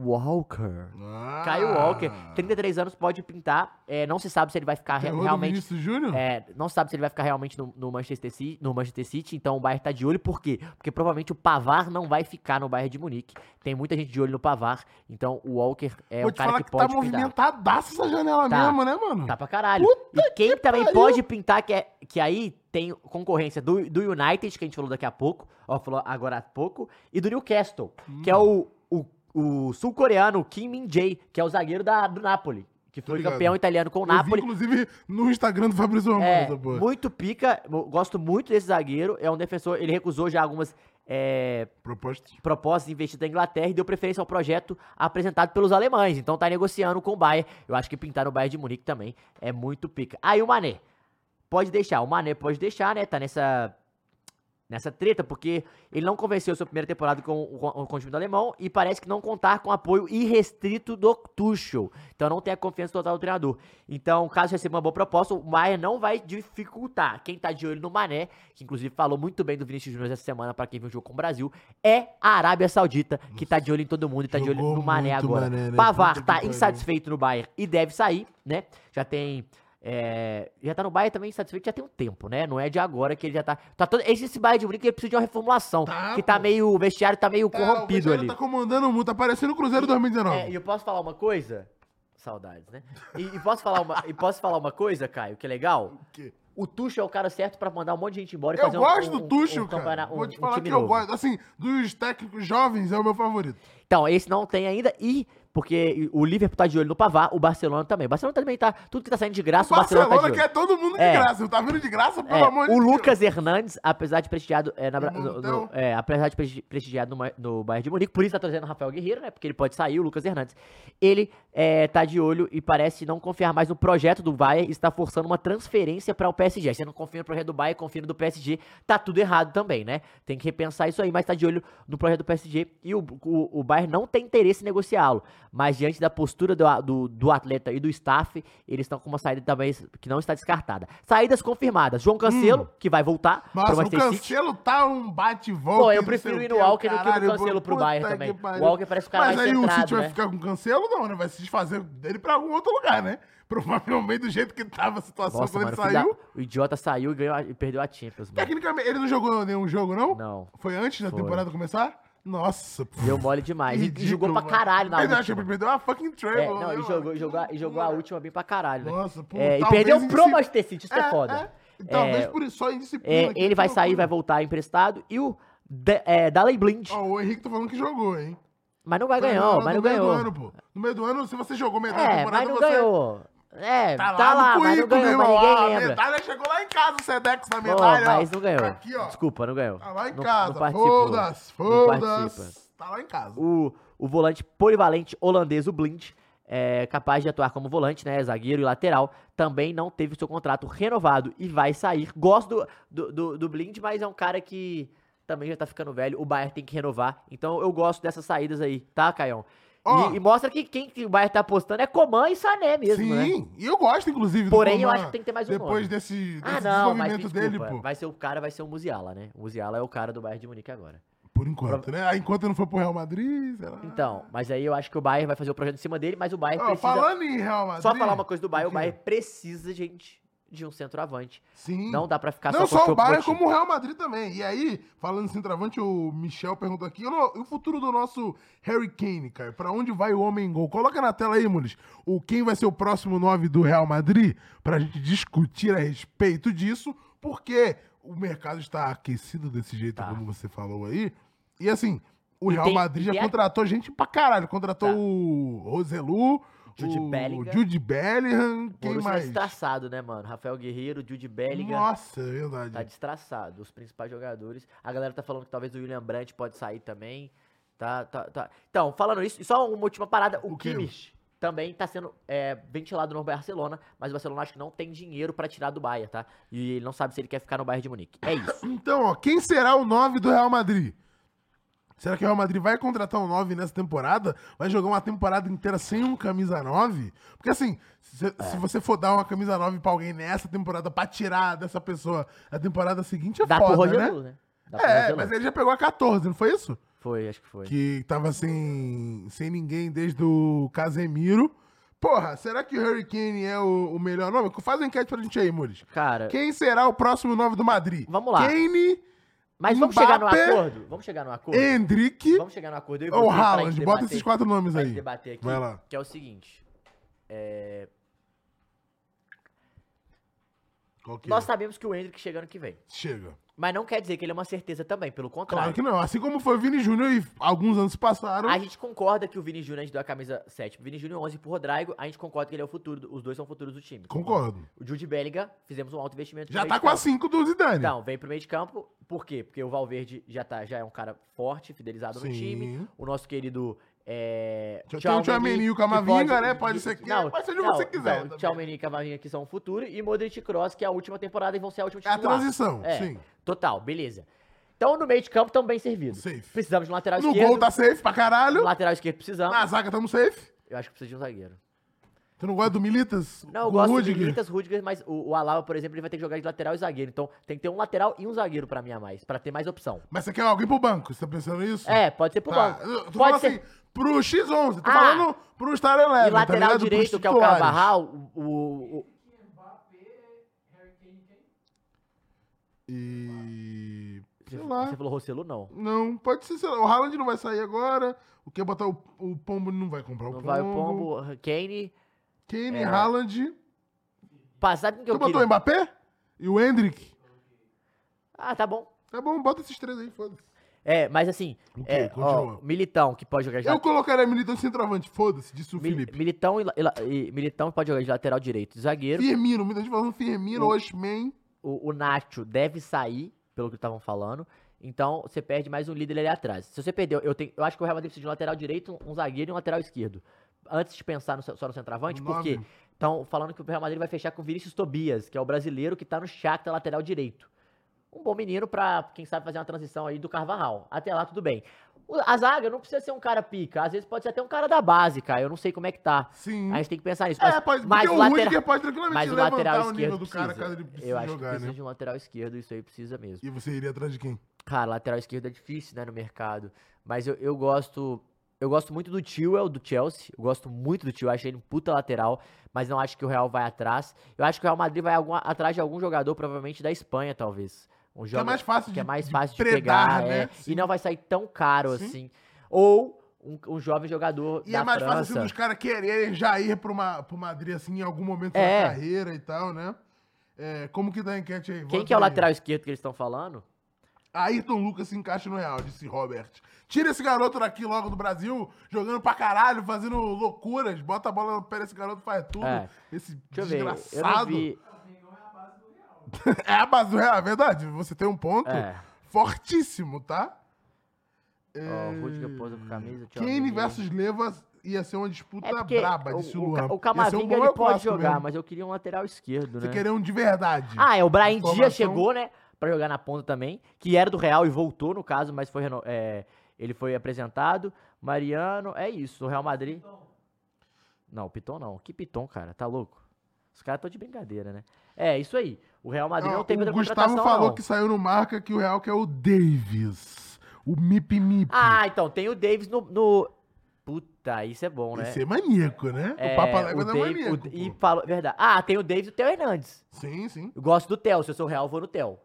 Speaker 1: Walker.
Speaker 2: Ah,
Speaker 1: Caio Walker, 33 anos, pode pintar. É, não se sabe se ele vai ficar re-
Speaker 2: Terror do
Speaker 1: realmente.
Speaker 2: Vinícius Júnior?
Speaker 1: É, não se sabe se ele vai ficar realmente no, no Manchester City, no Manchester City, então o Bayern tá de olho, por quê? Porque provavelmente o Pavar não vai ficar no Bayern de Munique. Tem muita gente de olho no Pavar, então o Walker é
Speaker 2: Vou
Speaker 1: um
Speaker 2: te
Speaker 1: cara
Speaker 2: falar
Speaker 1: que,
Speaker 2: que, tá
Speaker 1: pode pintar.
Speaker 2: movimentadaça essa janela
Speaker 1: Tá.
Speaker 2: mesmo, né, mano?
Speaker 1: Tá pra caralho. e quem também pode pintar, que, é, que aí tem concorrência do, do United, que a gente falou daqui a pouco, ó, falou agora há pouco, e do Newcastle, que é
Speaker 2: Hum.
Speaker 1: o, o, o sul-coreano Kim Min-jae, que é o zagueiro da, do Napoli, que foi
Speaker 2: ligado.
Speaker 1: campeão italiano com o
Speaker 2: Eu vi, é
Speaker 1: Napoli.
Speaker 2: inclusive, no Instagram do Fabrício Romano,
Speaker 1: É,
Speaker 2: essa porra.
Speaker 1: muito pica, mo- gosto muito desse zagueiro, é um defensor, ele recusou já algumas é,
Speaker 2: Proposta.
Speaker 1: propostas investidas da Inglaterra e deu preferência ao projeto apresentado pelos alemães, então tá negociando com o Bayern, eu acho que pintar no Bayern de Munique também é muito pica. Aí o Mané, pode deixar, o Mané pode deixar, né, tá nessa... Nessa treta, porque ele não convenceu sua primeira temporada com, o- com, com o time do alemão e parece que não contar com apoio irrestrito do Tuchel. Então não tem a confiança total do treinador. Então, caso receba uma boa proposta, o Maia não vai dificultar. Quem tá de olho no Mané, que inclusive falou muito bem do Vinícius Júnior essa semana pra quem viu o jogo com o Brasil, é a Arábia Saudita, que tá de olho em todo mundo e tá de olho
Speaker 2: Jogou
Speaker 1: no Mané
Speaker 2: muito
Speaker 1: agora.
Speaker 2: Mané, né?
Speaker 1: Pavar
Speaker 2: Puta que
Speaker 1: tá
Speaker 2: pariu.
Speaker 1: insatisfeito no Bayern e deve sair, né? Já tem... é, já tá no Bayern também insatisfeito, já tem um tempo, né? Não é de agora que ele já tá. tá todo, esse, esse Bayern de Munique ele precisa de uma reformulação.
Speaker 2: Tá,
Speaker 1: que tá
Speaker 2: pô.
Speaker 1: meio. O vestiário tá meio
Speaker 2: Tá, o
Speaker 1: corrompido
Speaker 2: Cristiano
Speaker 1: ali.
Speaker 2: Tá comandando muito, tá parecendo o Cruzeiro 2019.
Speaker 1: É, e eu posso falar uma coisa? Saudades, né? E, e posso falar uma, e posso falar uma coisa, Caio, que é legal?
Speaker 2: O quê?
Speaker 1: O Tuchel é o cara certo pra mandar um monte de gente embora e
Speaker 2: Eu
Speaker 1: fazer um-
Speaker 2: gosto
Speaker 1: um,
Speaker 2: do Tuchel, cara.
Speaker 1: campeonato- um
Speaker 2: Vou te falar
Speaker 1: time
Speaker 2: que eu
Speaker 1: novo.
Speaker 2: gosto. Assim, dos técnicos jovens, é o meu favorito.
Speaker 1: Então, esse não tem ainda e porque o Liverpool tá de olho no Pavá, o Barcelona também. O Barcelona também tá, tudo que tá saindo de graça, o Barcelona,
Speaker 2: Barcelona
Speaker 1: tá de
Speaker 2: quer
Speaker 1: olho.
Speaker 2: todo mundo de
Speaker 1: É.
Speaker 2: graça. Tá vindo de graça, pelo
Speaker 1: É,
Speaker 2: amor de
Speaker 1: o
Speaker 2: Deus. Então,
Speaker 1: Lucas Hernandes, apesar de prestigiado, é, na, Bra-
Speaker 2: No
Speaker 1: no,
Speaker 2: Montão.
Speaker 1: no- é, apesar de presti- prestigiado no, Ma- no Bayern de Munique, por isso tá trazendo o Rafael Guerreiro, né? Porque ele pode sair, o Lucas Hernandes. Ele é, tá de olho e parece não confiar mais no projeto do Bayern e está forçando uma transferência para o PSG. Você não confia no projeto do Bayern, confia no do PSG, tá tudo errado também, né? Tem que repensar isso aí, mas tá de olho no projeto do PSG e o, o, o Bayern não tem interesse em negociá-lo. Mas diante da postura do, a- do, do atleta e do staff, eles estão com uma saída também que não está descartada. Saídas confirmadas. João Cancelo, que vai voltar para
Speaker 2: Hum. Nossa, o
Speaker 1: Manchester City.
Speaker 2: Cancelo tá um bate-volta.
Speaker 1: Pô, eu
Speaker 2: não sei
Speaker 1: prefiro
Speaker 2: o
Speaker 1: ir
Speaker 2: quê,
Speaker 1: no Walker do que no
Speaker 2: caralho,
Speaker 1: Cancelo pro
Speaker 2: puta
Speaker 1: Bayern
Speaker 2: que
Speaker 1: também.
Speaker 2: pariu.
Speaker 1: O Walker parece o cara
Speaker 2: Mas
Speaker 1: mais
Speaker 2: aí o
Speaker 1: centrado,
Speaker 2: City
Speaker 1: né?
Speaker 2: vai ficar com o Cancelo? Não, né? Vai se desfazer dele pra algum outro lugar, né? Provavelmente do jeito que tava a situação
Speaker 1: Nossa,
Speaker 2: quando
Speaker 1: mano, o
Speaker 2: ele
Speaker 1: filho da-
Speaker 2: saiu.
Speaker 1: o idiota saiu e, ganhou a- e perdeu a Champions, mano.
Speaker 2: Tecnicamente, ele não jogou nenhum jogo, não?
Speaker 1: Não.
Speaker 2: Foi antes da
Speaker 1: Foi.
Speaker 2: temporada começar? Nossa, pô.
Speaker 1: Deu mole demais. E-
Speaker 2: Ridículo,
Speaker 1: e jogou pra
Speaker 2: mano.
Speaker 1: caralho na
Speaker 2: Perdeu a
Speaker 1: última.
Speaker 2: Champions, perdeu a fucking treble.
Speaker 1: É, não,
Speaker 2: né,
Speaker 1: e
Speaker 2: mano?
Speaker 1: jogou,
Speaker 2: Que
Speaker 1: jogou, a- e jogou a
Speaker 2: loucura.
Speaker 1: última bem pra caralho, né?
Speaker 2: Nossa, pô.
Speaker 1: É, e
Speaker 2: talvez
Speaker 1: perdeu
Speaker 2: indisci-
Speaker 1: pro Manchester City, isso é, foda.
Speaker 2: é. Talvez
Speaker 1: É,
Speaker 2: por isso, só indisciplina.
Speaker 1: É,
Speaker 2: que
Speaker 1: ele vai
Speaker 2: loucura.
Speaker 1: sair, vai voltar emprestado. E o Da- é, Daley Blind,
Speaker 2: Ó, o Henrique tá falando que jogou, hein?
Speaker 1: mas não vai
Speaker 2: Foi
Speaker 1: ganhar,
Speaker 2: na-
Speaker 1: mas
Speaker 2: no
Speaker 1: não
Speaker 2: meio do
Speaker 1: ganhou.
Speaker 2: ano, pô. No meio do ano, se você jogou metade da
Speaker 1: É,
Speaker 2: temporada,
Speaker 1: mas não
Speaker 2: você...
Speaker 1: ganhou. É,
Speaker 2: Tá
Speaker 1: tá,
Speaker 2: lá,
Speaker 1: lá,
Speaker 2: no
Speaker 1: mas não
Speaker 2: currículo,
Speaker 1: ganhou,
Speaker 2: meu
Speaker 1: mas
Speaker 2: irmão.
Speaker 1: ninguém
Speaker 2: Ah, a
Speaker 1: lembra.
Speaker 2: medalha chegou lá em casa, o Sedex da
Speaker 1: Pô,
Speaker 2: medalha. ó.
Speaker 1: mas não ganhou.
Speaker 2: Tá aqui, ó.
Speaker 1: Desculpa, não ganhou.
Speaker 2: Tá lá em
Speaker 1: Não-
Speaker 2: casa.
Speaker 1: não participou.
Speaker 2: foda-se,
Speaker 1: Não participa.
Speaker 2: foda-se. Tá lá em casa.
Speaker 1: O, o volante polivalente holandês, o Blind, é capaz de atuar como volante, né? Zagueiro e lateral. Também não teve seu contrato renovado e vai sair. Gosto do, do, do, do Blind, mas é um cara que também já tá ficando velho. O Bayern tem que renovar. Então eu gosto dessas saídas aí, tá, Caião? E-
Speaker 2: Ó.
Speaker 1: e, mostra que quem que o Bayern tá apostando é Coman e Sané mesmo, né?
Speaker 2: Sim, e eu gosto, inclusive,
Speaker 1: Porém, eu
Speaker 2: Coman
Speaker 1: acho que tem que ter mais um
Speaker 2: Depois
Speaker 1: nome.
Speaker 2: desse,
Speaker 1: Ah, não, mas
Speaker 2: desse desenvolvimento
Speaker 1: desculpa,
Speaker 2: dele, pô.
Speaker 1: vai ser o cara, vai ser o Musiala, né? O Musiala é o cara do Bayern de Munique agora.
Speaker 2: Por enquanto, né? Ah, Enquanto não for pro Real Madrid, sei lá.
Speaker 1: Então, mas aí eu acho que o Bayern vai fazer o projeto em cima dele, mas o Bayern
Speaker 2: Ó,
Speaker 1: precisa...
Speaker 2: falando em Real Madrid.
Speaker 1: Só falar uma coisa do Bayern, o
Speaker 2: Diga.
Speaker 1: Bayern precisa, gente, de um centroavante.
Speaker 2: Sim.
Speaker 1: Não dá pra ficar
Speaker 2: Hum. Não
Speaker 1: só
Speaker 2: só
Speaker 1: com
Speaker 2: o Bayern,
Speaker 1: Choupo-Moting.
Speaker 2: como o Real Madrid também. E aí, falando em centroavante, o Michel perguntou aqui, "E o- e o futuro do nosso Harry Kane, cara? Pra onde vai o homem gol? Coloca na tela aí, Mules, o quem vai ser o próximo nove do Real Madrid, pra gente discutir a respeito disso, porque o mercado está aquecido desse jeito,
Speaker 1: Tá.
Speaker 2: como você falou aí. E assim, o
Speaker 1: E
Speaker 2: Real
Speaker 1: tem-
Speaker 2: Madrid já
Speaker 1: e a-
Speaker 2: contratou gente pra caralho. Contratou
Speaker 1: Tá.
Speaker 2: o Roselu,
Speaker 1: Jude
Speaker 2: o
Speaker 1: Bellingham.
Speaker 2: Jude Bellingham, quem
Speaker 1: Borussia tá
Speaker 2: mais?
Speaker 1: destraçado, né, mano? Rafael Guerreiro, Jude Bellingham,
Speaker 2: Nossa, é verdade.
Speaker 1: tá destraçado. Os principais jogadores. A galera tá falando que talvez o William Brandt pode sair também. Tá, tá, tá. Então, falando isso, e só uma última parada. O,
Speaker 2: O quê?
Speaker 1: Kimmich também tá sendo é, ventilado no Barcelona, mas o Barcelona acho que não tem dinheiro pra tirar do Bayern, tá? E ele não sabe se ele quer ficar no Bayern de Munique. É isso.
Speaker 2: Então, ó, quem será o 9 do Real Madrid? Será que o Real Madrid vai contratar um 9 nessa temporada? Vai jogar uma temporada inteira sem um camisa 9? Porque assim, se,
Speaker 1: É.
Speaker 2: se você for dar uma camisa 9 pra alguém nessa temporada pra tirar dessa pessoa a temporada seguinte, é
Speaker 1: Dá pro
Speaker 2: foda, né?
Speaker 1: Rogelu, né? Dá pro
Speaker 2: É,
Speaker 1: Rogelu.
Speaker 2: mas ele já pegou a 14, não foi isso?
Speaker 1: Foi, acho que foi.
Speaker 2: Que tava sem, sem ninguém desde o Casemiro. Porra, será que o Harry Kane é o, o melhor nome? Faz uma enquete pra gente aí, Mules.
Speaker 1: Cara,
Speaker 2: Quem será o próximo 9 do Madrid?
Speaker 1: É. Vamos lá.
Speaker 2: Kane,
Speaker 1: mas vamos chegar num
Speaker 2: Mbappé-
Speaker 1: acordo? Vamos chegar num acordo?
Speaker 2: Hendrick...
Speaker 1: Vamos chegar num acordo. eu e
Speaker 2: Ô,
Speaker 1: você pra
Speaker 2: Haaland,
Speaker 1: gente
Speaker 2: bota
Speaker 1: debater-
Speaker 2: esses quatro nomes
Speaker 1: pra gente
Speaker 2: aí.
Speaker 1: debater aqui,
Speaker 2: Vai lá.
Speaker 1: que é o seguinte.
Speaker 2: Qual que
Speaker 1: Nós
Speaker 2: é?
Speaker 1: sabemos que o Hendrick chega ano que vem.
Speaker 2: Chega.
Speaker 1: Mas não quer dizer que ele é uma certeza também, pelo
Speaker 2: Claro
Speaker 1: contrário.
Speaker 2: que não. Assim como foi o Vini Júnior e alguns anos se passaram.
Speaker 1: A gente concorda que o Vini Júnior, a gente deu a camisa 7 pro Vini Júnior, 11 pro Rodrigo, a gente concorda que ele é o futuro, do- os dois são futuros do time.
Speaker 2: Concordo.
Speaker 1: O Jude Bellingham, fizemos um alto investimento. no
Speaker 2: Já
Speaker 1: meio
Speaker 2: tá
Speaker 1: de
Speaker 2: com a
Speaker 1: campo.
Speaker 2: 5 do Zidane.
Speaker 1: Então, vem pro meio de campo, por quê? Porque o Valverde já, tá, já é um cara forte, fidelizado no time,
Speaker 2: Sim.
Speaker 1: o nosso querido. É,
Speaker 2: Já tem um o Tchouameni e o
Speaker 1: que
Speaker 2: Camavinga,
Speaker 1: pode-
Speaker 2: né? Pode ser que- pode ser de você quiser
Speaker 1: Não,
Speaker 2: também.
Speaker 1: Tchouameni e Camavinga que são o futuro. E Modric e Kroos, que é a última temporada e vão ser a última
Speaker 2: É a
Speaker 1: titular.
Speaker 2: transição,
Speaker 1: É,
Speaker 2: sim.
Speaker 1: Total, beleza. Então, no meio de campo, estamos bem servidos.
Speaker 2: Safe.
Speaker 1: Precisamos de um lateral
Speaker 2: No
Speaker 1: esquerdo.
Speaker 2: gol tá Ah. safe pra
Speaker 1: No
Speaker 2: caralho.
Speaker 1: lateral esquerdo precisamos.
Speaker 2: Na zaga tamo safe.
Speaker 1: Eu acho que precisa de um zagueiro.
Speaker 2: Tu não gosta do Militas?
Speaker 1: Não, eu
Speaker 2: Do
Speaker 1: gosto
Speaker 2: Rudiger?
Speaker 1: de Militas, Rudiger, mas o, o Alaba, por exemplo, ele vai ter que jogar de lateral e zagueiro. Então, tem que ter um lateral e um zagueiro pra mim a mais, pra ter mais opção.
Speaker 2: Mas você quer alguém pro banco? Você tá pensando nisso?
Speaker 1: É, pode ser pro
Speaker 2: Tá.
Speaker 1: banco.
Speaker 2: Eu
Speaker 1: Pode
Speaker 2: Tô falando
Speaker 1: ser.
Speaker 2: assim, pro X11. Tô
Speaker 1: Ah.
Speaker 2: falando pro Star Eleven,
Speaker 1: e
Speaker 2: tá
Speaker 1: lateral
Speaker 2: ligado? Pros
Speaker 1: direito, que é o
Speaker 2: titulares.
Speaker 1: Carvajal, o- o- o,
Speaker 2: E...
Speaker 1: Você,
Speaker 2: Sei lá.
Speaker 1: você falou Rossello, não.
Speaker 2: Não, pode ser, sei lá, o Haaland não vai sair agora. O que botar o, o Pombo não vai comprar o
Speaker 1: Não
Speaker 2: Pombo.
Speaker 1: vai o Pombo, Kane.
Speaker 2: Kane,
Speaker 1: É.
Speaker 2: Haaland.
Speaker 1: Passado que
Speaker 2: Tu
Speaker 1: eu
Speaker 2: botou
Speaker 1: queria.
Speaker 2: o Mbappé? E o Hendrick?
Speaker 1: Ah, tá bom.
Speaker 2: Tá bom, bota esses três aí, foda-se.
Speaker 1: É, mas assim,
Speaker 2: Ok,
Speaker 1: é, ó,
Speaker 2: continua.
Speaker 1: Militão, que pode jogar de
Speaker 2: Eu
Speaker 1: lateral.
Speaker 2: colocaria Militão de centroavante, foda-se, disse o Felipe.
Speaker 1: Militão, e, la- e la- e Militão pode jogar de lateral direito. e Zagueiro.
Speaker 2: Firmino, muita gente falando Firmino,
Speaker 1: O-
Speaker 2: Oshmen.
Speaker 1: O, o Nacho deve sair, pelo que estavam falando. Então, você perde mais um líder ali atrás. Se você perdeu, eu, tenho, eu acho que o Real Madrid precisa de um lateral direito, um zagueiro e um lateral esquerdo. Antes de pensar no, só no centroavante,
Speaker 2: Um
Speaker 1: por quê?
Speaker 2: nove.
Speaker 1: Estão falando que o Real Madrid vai fechar com o Vinícius Tobias, que é o brasileiro que tá no Shakhtar lateral direito. Um bom menino pra, quem sabe, fazer uma transição aí do Carvajal. Até lá, tudo bem. O- A zaga não precisa ser um cara pica. Às vezes pode ser até um cara da base, cara. Eu não sei como é que tá.
Speaker 2: Sim.
Speaker 1: A gente tem que pensar nisso.
Speaker 2: é, pode,
Speaker 1: mas
Speaker 2: porque o Rudiger pode tranquilamente
Speaker 1: mas o
Speaker 2: levantar
Speaker 1: lateral
Speaker 2: o nível
Speaker 1: esquerdo
Speaker 2: do
Speaker 1: precisa.
Speaker 2: cara caso ele precise
Speaker 1: Eu acho que
Speaker 2: jogar,
Speaker 1: precisa
Speaker 2: né?
Speaker 1: de um lateral esquerdo, isso aí precisa mesmo.
Speaker 2: E você iria atrás de quem?
Speaker 1: Cara, lateral esquerdo é difícil, né, no mercado. Mas eu, eu gosto. Eu gosto muito do Tio, é do Chelsea. Eu gosto muito do Tio, acho ele um puta lateral, mas não acho que o Real vai atrás. Eu acho que o Real Madrid vai alguma- atrás de algum jogador, provavelmente da Espanha, talvez. Um
Speaker 2: Que é
Speaker 1: jogador
Speaker 2: mais fácil
Speaker 1: que
Speaker 2: de,
Speaker 1: é mais
Speaker 2: de
Speaker 1: fácil de,
Speaker 2: predar,
Speaker 1: pegar,
Speaker 2: né?
Speaker 1: é,
Speaker 2: Sim.
Speaker 1: e não vai sair tão caro
Speaker 2: Sim.
Speaker 1: assim. Ou um, um jovem jogador
Speaker 2: E
Speaker 1: da
Speaker 2: é mais
Speaker 1: França.
Speaker 2: fácil assim, dos caras quererem já ir pro, uma, pro Madrid, assim, em algum momento
Speaker 1: É.
Speaker 2: da carreira e tal, né? É, como que tá a enquete aí?
Speaker 1: Quem
Speaker 2: Volta
Speaker 1: que é o
Speaker 2: aí.
Speaker 1: lateral esquerdo que eles estão falando?
Speaker 2: Ayrton Lucas se encaixa no Real, disse Robert. Tira esse garoto daqui logo do Brasil, jogando pra caralho, fazendo loucuras. Bota a bola no pé desse garoto, faz tudo.
Speaker 1: É.
Speaker 2: Esse
Speaker 1: Deixa eu ver. Eu não
Speaker 2: desgraçado.
Speaker 1: vi.
Speaker 2: é a base do Real, é verdade. Você tem um ponto
Speaker 1: É.
Speaker 2: fortíssimo, tá?
Speaker 1: Ó, o Rudiger posa com camisa. Thiago
Speaker 2: Kane
Speaker 1: Menino.
Speaker 2: versus Leva ia ser uma
Speaker 1: É
Speaker 2: disputa
Speaker 1: porque
Speaker 2: braba,
Speaker 1: o-
Speaker 2: disse o,
Speaker 1: o,
Speaker 2: Luan.
Speaker 1: Ca- o
Speaker 2: Ia ser um
Speaker 1: Camavinga
Speaker 2: bom
Speaker 1: ele
Speaker 2: é o
Speaker 1: pode
Speaker 2: clássico
Speaker 1: jogar,
Speaker 2: mesmo.
Speaker 1: mas eu queria um lateral esquerdo,
Speaker 2: Você
Speaker 1: né?
Speaker 2: queria um de verdade.
Speaker 1: Ah, é, o Brian
Speaker 2: Informação.
Speaker 1: Dias chegou, né, pra jogar na ponta também, que era do Real e voltou, no caso, mas foi reno- é, ele foi apresentado. Mariano, é isso, o Real Madrid... Não, Piton não. Que Piton, cara? Tá louco? Os caras estão de brincadeira, né? É, isso aí. O Real Madrid
Speaker 2: Ah,
Speaker 1: não teve
Speaker 2: o
Speaker 1: outra
Speaker 2: Gustavo
Speaker 1: contratação,
Speaker 2: falou
Speaker 1: não.
Speaker 2: que saiu no marca que o Real quer o Davis. O Mip Mip.
Speaker 1: Ah, então, tem o Davis no... no- Puta, isso é bom, né?
Speaker 2: Esse é maníaco, né? o
Speaker 1: É,
Speaker 2: Papa Legos é
Speaker 1: Dave-
Speaker 2: maníaco.
Speaker 1: o-
Speaker 2: pô.
Speaker 1: e falou, verdade. Ah, tem o Davis e o Theo Hernandes.
Speaker 2: Sim, sim.
Speaker 1: Eu gosto do Theo, se eu sou real, eu vou no Theo.